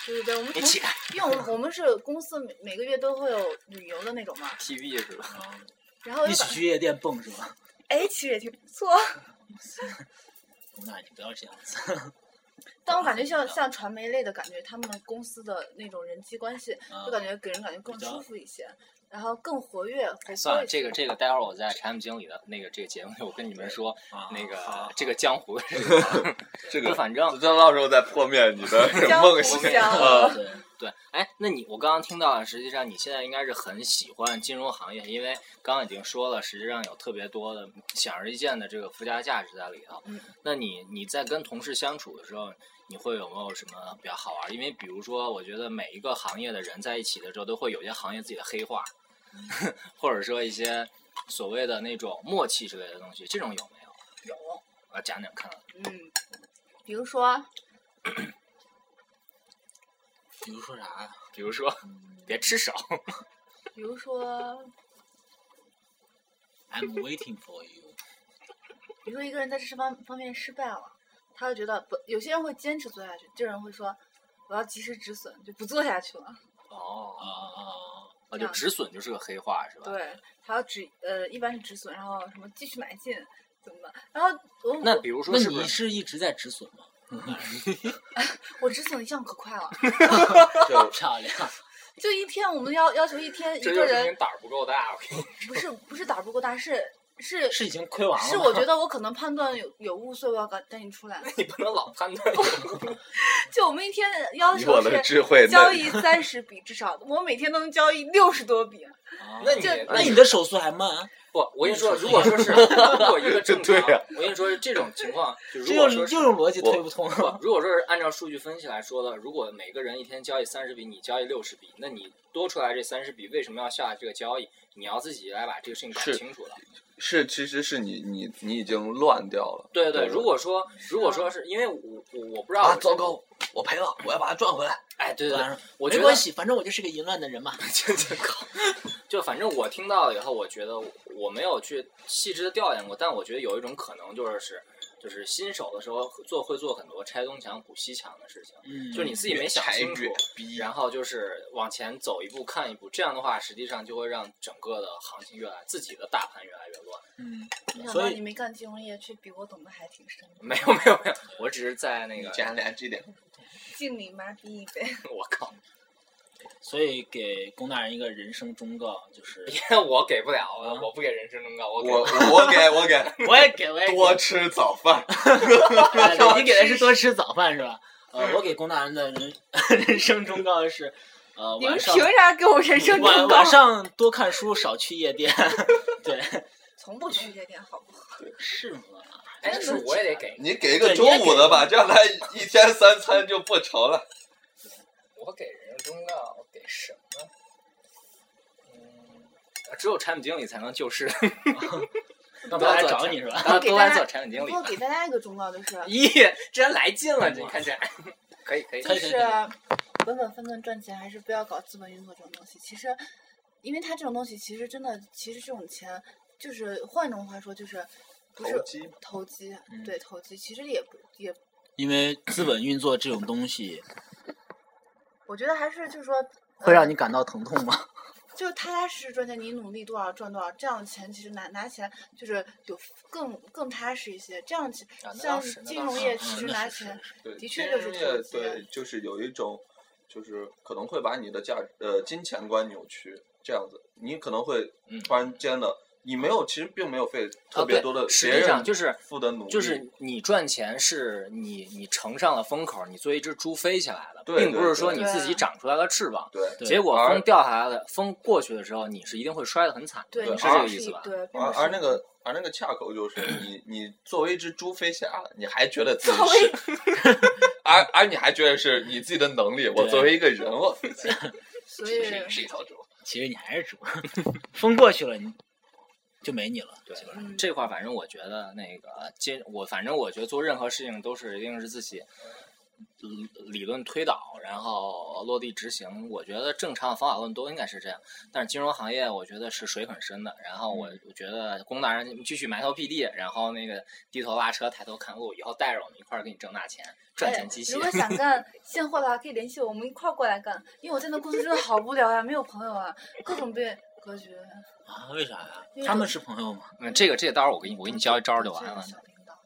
Speaker 6: 对对对，我们
Speaker 3: 你
Speaker 6: 同
Speaker 3: 起
Speaker 6: 事， 因为我们我们是公司每每个月都会有旅游的那种嘛，
Speaker 3: TV 是吧？
Speaker 4: 啊
Speaker 6: 然后
Speaker 4: 一
Speaker 6: 就
Speaker 4: 起
Speaker 6: 感
Speaker 4: 去夜店蹦是吧？
Speaker 6: 哎，其实也挺不错，
Speaker 4: 龚大，你不要这样子。
Speaker 6: 但我感觉
Speaker 3: 哦啊
Speaker 6: 像像传
Speaker 3: 嗯
Speaker 6: 媒类的感觉，他们公司的那种人际关系，就感觉给人感觉更
Speaker 4: 比较
Speaker 6: 舒服一些。然后更活跃，
Speaker 5: 哎
Speaker 6: 活泼
Speaker 3: 算了，
Speaker 6: 一
Speaker 3: 这
Speaker 6: 些
Speaker 3: 个这个，待会儿我在产品经理的那个这个节目里，我跟你们说，
Speaker 5: 啊
Speaker 3: 那
Speaker 5: 好
Speaker 3: 个这个江湖的事情，
Speaker 5: 这 个
Speaker 3: 反正
Speaker 5: 咱到时候再破灭你的
Speaker 6: 江湖
Speaker 5: 梦想。
Speaker 6: 江湖
Speaker 5: 啊
Speaker 3: 对对，哎，那你我刚刚听到了，实际上你现在应该是很喜欢金融行业，因为刚刚已经说了，实际上有特别多的显而易见的这个附加价值在里头。
Speaker 6: 嗯
Speaker 3: 那你你在跟同事相处的时候，你会有没有什么比较好玩儿？因为比如说，我觉得每一个行业的人在一起的时候，都会有些行业自己的黑话，
Speaker 5: 嗯
Speaker 3: 或者说一些所谓的那种默契之类的东西，这种有没有？有。啊，讲讲看。
Speaker 6: 嗯，比如说，
Speaker 3: 比如说啥呀？比如说，
Speaker 4: 嗯
Speaker 3: 别吃少。
Speaker 6: 比如说，
Speaker 4: I'm waiting for you。
Speaker 6: 比如说一个人在这方方面失败了，他会觉得不，有些人会坚持做下去，这种人会说，我要及时止损，就不做下去了。
Speaker 3: 哦
Speaker 4: 啊啊啊！
Speaker 3: 啊，就止损就是个黑话是吧？。
Speaker 6: 对，还要止呃，一般是止损，然后什么继续买进，怎么的？然后我
Speaker 3: 那比如说
Speaker 4: 那
Speaker 3: 是
Speaker 4: 你
Speaker 3: 不是？
Speaker 4: 是一直在止损吗？
Speaker 6: 我止损一向可快了，
Speaker 5: 就
Speaker 4: 漂亮，
Speaker 6: 就一天我们要要求一天一
Speaker 3: 这
Speaker 6: 个
Speaker 3: 就是
Speaker 6: 人
Speaker 3: 你胆儿不够大， 我跟你
Speaker 6: 不是不是打不过他，是是
Speaker 4: 是已经亏完了吗。
Speaker 6: 是我觉得我可能判断有有误，所以我要赶赶紧出来。
Speaker 3: 你不能老判断有
Speaker 6: 就我们一天要
Speaker 5: 以
Speaker 6: 求
Speaker 5: 我的
Speaker 6: 是
Speaker 5: 智慧，
Speaker 6: 交
Speaker 5: 那
Speaker 6: 易三十笔至少，我每天都能交易六十多笔。
Speaker 4: 啊
Speaker 3: 那你
Speaker 6: 就
Speaker 4: 那
Speaker 3: 那
Speaker 4: 你
Speaker 3: 你
Speaker 4: 的手速还慢啊？
Speaker 3: 不，我跟你说，如果说是如果一个正常
Speaker 5: 对呀，
Speaker 3: 我跟你说这种情况，就
Speaker 4: 这
Speaker 3: 如
Speaker 4: 种
Speaker 3: 果说
Speaker 4: 这
Speaker 3: 是
Speaker 4: 种逻辑推不通。
Speaker 3: 不，如果说是按照数据分析来说的，如果每个人一天交易三十笔，你交易六十笔，那你多出来这三十笔为什么要下这个交易？你要自己来把这个事情搞
Speaker 5: 是
Speaker 3: 清楚了。
Speaker 5: 是其实是你你你已经乱掉了。
Speaker 3: 对对，
Speaker 5: 对
Speaker 3: 如果说如果说是因为我我我不知道
Speaker 5: 啊，
Speaker 3: 我
Speaker 5: 糟糕，我赔了，我要把它赚回来。
Speaker 3: 哎，对对
Speaker 4: 完
Speaker 3: 对，
Speaker 4: 了，
Speaker 3: 我觉
Speaker 4: 没
Speaker 3: 得
Speaker 4: 关系，反正我就是个淫乱的人嘛。
Speaker 3: 就反正我听到了以后，我觉得我没有去细致的调研过，但我觉得有一种可能就是是就是新手的时候做会做很多拆东墙补西墙的事情，
Speaker 4: 嗯
Speaker 3: 就是你自己没想清楚
Speaker 5: 越拆越，
Speaker 3: 然后就是往前走一步看一步，这样的话实际上就会让整个的行情越来自己的大盘越来越乱。
Speaker 4: 嗯，
Speaker 6: 没想
Speaker 4: 所
Speaker 6: 到
Speaker 4: 以
Speaker 6: 你没干金融业，却比我懂得还挺深。
Speaker 3: 没有没有没有，我只是在那
Speaker 5: 你
Speaker 3: 个
Speaker 5: 竟然连这点，
Speaker 6: 敬你妈逼一杯。
Speaker 3: 我靠，
Speaker 4: 所以给龚大人一个人生忠告，就是
Speaker 3: 我给不了，我
Speaker 4: 啊
Speaker 3: 我不给人生忠告，我给
Speaker 5: 我我给我给
Speaker 4: 我也给，我也给
Speaker 5: 多吃早饭。
Speaker 4: 哎对你给的是多吃早饭是吧？呃，我给龚大人的人 人生忠告是，呃，
Speaker 6: 你们
Speaker 4: 晚上
Speaker 6: 凭啥给我人生
Speaker 4: 晚
Speaker 6: 忠告
Speaker 4: 晚？上多看书，少去夜店。 对，
Speaker 6: 从不去夜店，好不好？
Speaker 4: 是吗？
Speaker 3: 哎，是我也得给，
Speaker 5: 你给个中午的吧，这样他一天三餐就不愁了。
Speaker 3: 我给人生忠告，我给什么？嗯，只有产品经理才能救 市。
Speaker 4: 那不来找你是吧？
Speaker 3: 大家
Speaker 6: 给
Speaker 3: 都
Speaker 6: 大
Speaker 3: 来
Speaker 6: 家
Speaker 3: 做产品经理
Speaker 6: 不过。给大家一个忠告就是，
Speaker 3: 咦，居然来劲了，你看见？ 可以可以，
Speaker 6: 就
Speaker 4: 可以
Speaker 6: 是本本分分赚钱，还是不要搞资本运作这种东西。其实，因为它这种东西，其实真的，其实这种钱就是换一种话说，就是不是
Speaker 5: 投机
Speaker 6: 投机，
Speaker 4: 嗯
Speaker 6: 对投机，其实也不也，
Speaker 4: 因为资本运作这种东西
Speaker 6: 我觉得还是就是说，
Speaker 4: 会让你感到疼痛吗？
Speaker 6: 就是踏踏实实赚钱，你努力多少赚多少，这样的钱其实拿拿起来就是有更更踏实一些。这样其
Speaker 3: 啊那
Speaker 6: 像
Speaker 3: 倒是那
Speaker 6: 金
Speaker 3: 倒
Speaker 6: 融
Speaker 3: 是
Speaker 6: 业
Speaker 3: 嗯
Speaker 6: 其实
Speaker 4: 那
Speaker 6: 拿
Speaker 4: 是
Speaker 6: 钱，
Speaker 5: 对，
Speaker 6: 的确就
Speaker 5: 金
Speaker 6: 是
Speaker 5: 融业
Speaker 6: 投资
Speaker 5: 对，就是有一种，就是可能会把你的价呃金钱观扭曲，这样子，你可能会
Speaker 3: 嗯
Speaker 5: 突然间的，你没有，其实并没有费特别多的，
Speaker 3: 啊实
Speaker 5: 别
Speaker 3: 际上
Speaker 5: 人
Speaker 3: 就是
Speaker 5: 付的努力，
Speaker 3: 就是你赚钱是你你乘上了风口，你做一只猪飞起来的，
Speaker 5: 对
Speaker 3: 并不是说
Speaker 5: 对
Speaker 3: 你
Speaker 6: 对
Speaker 3: 自己长出来了翅膀。
Speaker 5: 对。
Speaker 4: 对
Speaker 3: 结果
Speaker 5: 而
Speaker 3: 风掉下来了，风过去的时候，你是一定会摔得很惨的。
Speaker 6: 对，
Speaker 5: 对
Speaker 6: 你
Speaker 3: 是
Speaker 5: 而
Speaker 3: 这个
Speaker 6: 是
Speaker 3: 意思吧？
Speaker 6: 对，并
Speaker 5: 而
Speaker 6: 不
Speaker 5: 而
Speaker 6: 嗯是
Speaker 5: 那个而那个恰口就是你你作为一只猪飞起来了，你还觉得自己
Speaker 6: 作为
Speaker 5: 是，而而你还觉得是你自己的能力。我
Speaker 4: 对
Speaker 5: 作为一个人，我飞起来了
Speaker 6: 所
Speaker 5: 其
Speaker 6: 以
Speaker 5: 实是一条猪。
Speaker 4: 其实你还是主，风过去了，你就没你了。
Speaker 3: 对
Speaker 4: 基本上
Speaker 6: 嗯
Speaker 3: 这块儿反正我觉得那个接我，反正我觉得做任何事情都是一定是自己理理论推导，然后落地执行。我觉得正常的方法论都应该是这样，但是金融行业我觉得是水很深的。然后
Speaker 6: 嗯
Speaker 3: 我我觉得龚大人继续埋头辟地，然后那个低头拉车抬头看路，以后带着我们一块儿给你挣大钱，赚钱机器。啊
Speaker 6: 哎如果想干现货的话，可以联系我，我们一块儿过来干。因为我在那公司真的好无聊呀、没有朋友啊，各种被隔绝。
Speaker 4: 啊？为啥呀
Speaker 6: 因？为
Speaker 4: 他们是朋友吗？
Speaker 3: 嗯，这个这个到时候我给你我给你教一招儿就完
Speaker 6: 这
Speaker 3: 了
Speaker 6: 是。小哦领导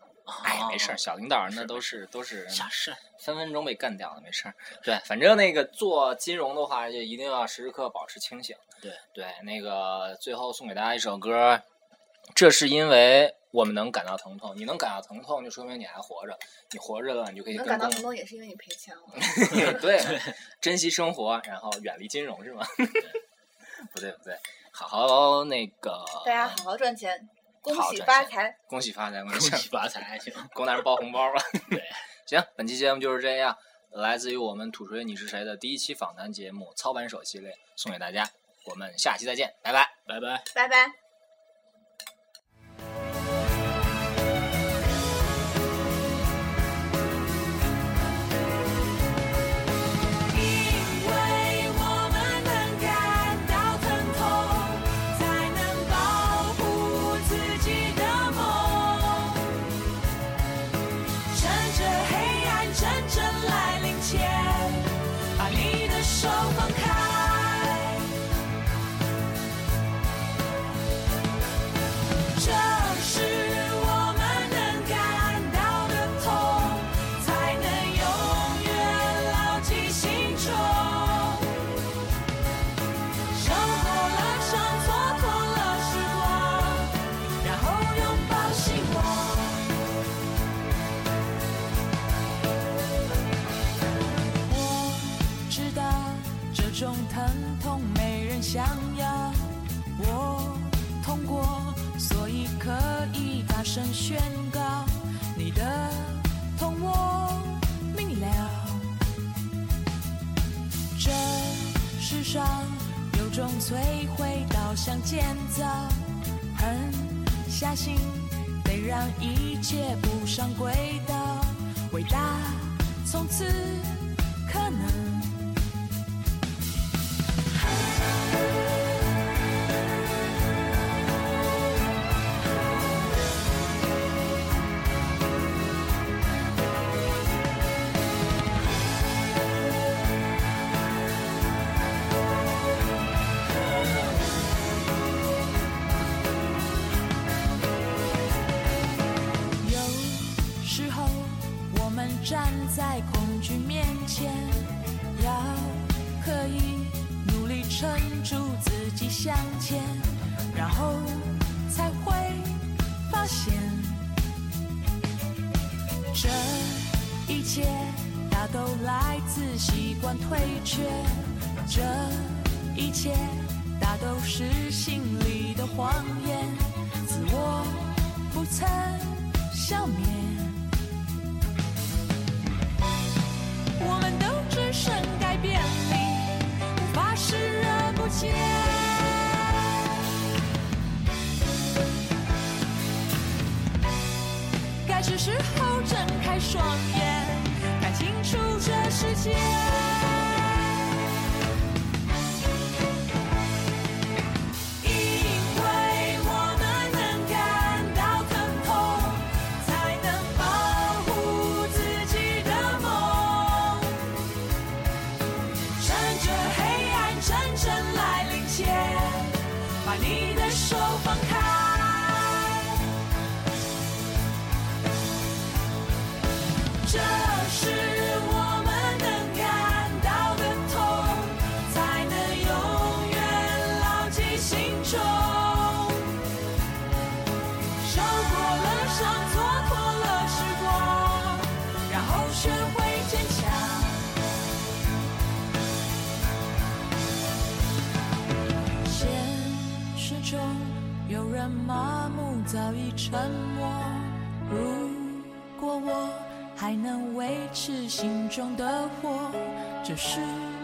Speaker 3: 哎，没事儿，
Speaker 4: 啊，
Speaker 3: 小领导那都是都是
Speaker 4: 下事儿。
Speaker 3: 分分钟被干掉了，没事儿。对，反正那个做金融的话，就一定要时时刻刻保持清醒。对对，那个最后送给大家一首歌，这是因为我们能感到疼痛，你能感到疼痛，就说明你还活着，你活着了，你就可以
Speaker 6: 能
Speaker 3: 跟
Speaker 6: 感到
Speaker 3: 公
Speaker 6: 疼痛也是因为你赔钱了。哦
Speaker 3: 对，珍惜生活，然后远离金融是吗？ 不对不对，好好那个，
Speaker 6: 大家好好赚钱，恭
Speaker 3: 好
Speaker 6: 喜
Speaker 3: 赚
Speaker 6: 发
Speaker 3: 钱
Speaker 6: 财。
Speaker 3: 恭喜发财，恭
Speaker 4: 恭
Speaker 3: 喜
Speaker 4: 喜发财还行。
Speaker 3: 给我拿人包红包吧。对，行，本期节目就是这样，来自于我们土锤你是谁的第一期访谈节目操盘手系列送给大家，我们下期再见，拜拜。
Speaker 4: 拜拜。
Speaker 6: 拜拜。
Speaker 7: 因为我们能感到疼痛，才能保护自己的梦。趁着黑暗真正来临前，把你的手放开。这是我们能感到的痛，才能永远牢记心中。生活了伤，蹉跎了时光，然后拥抱希望。我知道这种疼痛没人想要，我痛过，所以可以大声宣告，你的痛我明了。这世上有种摧毁导向建造，狠下心得让一切步上轨道，伟大从此可能。有时候我们站在恐惧面前，要刻意努力撑住自己向前，然后才会发现，这一切大都来自习惯退却，这一切大都是心里的谎言，自我不曾消灭。我们都只剩改变力，无法视而不见。该是时候睁开双眼，看清楚这世界。因为我们能感到疼痛，才能保护自己的梦。趁着黑暗真正来临前，把你的手放开。这是我们能感到的痛，才能永远牢记心中。受过了伤，蹉跎了时光，然后学会坚强。现实中有人麻木，早已沉默。如果我还能维持心中的火，这是。哦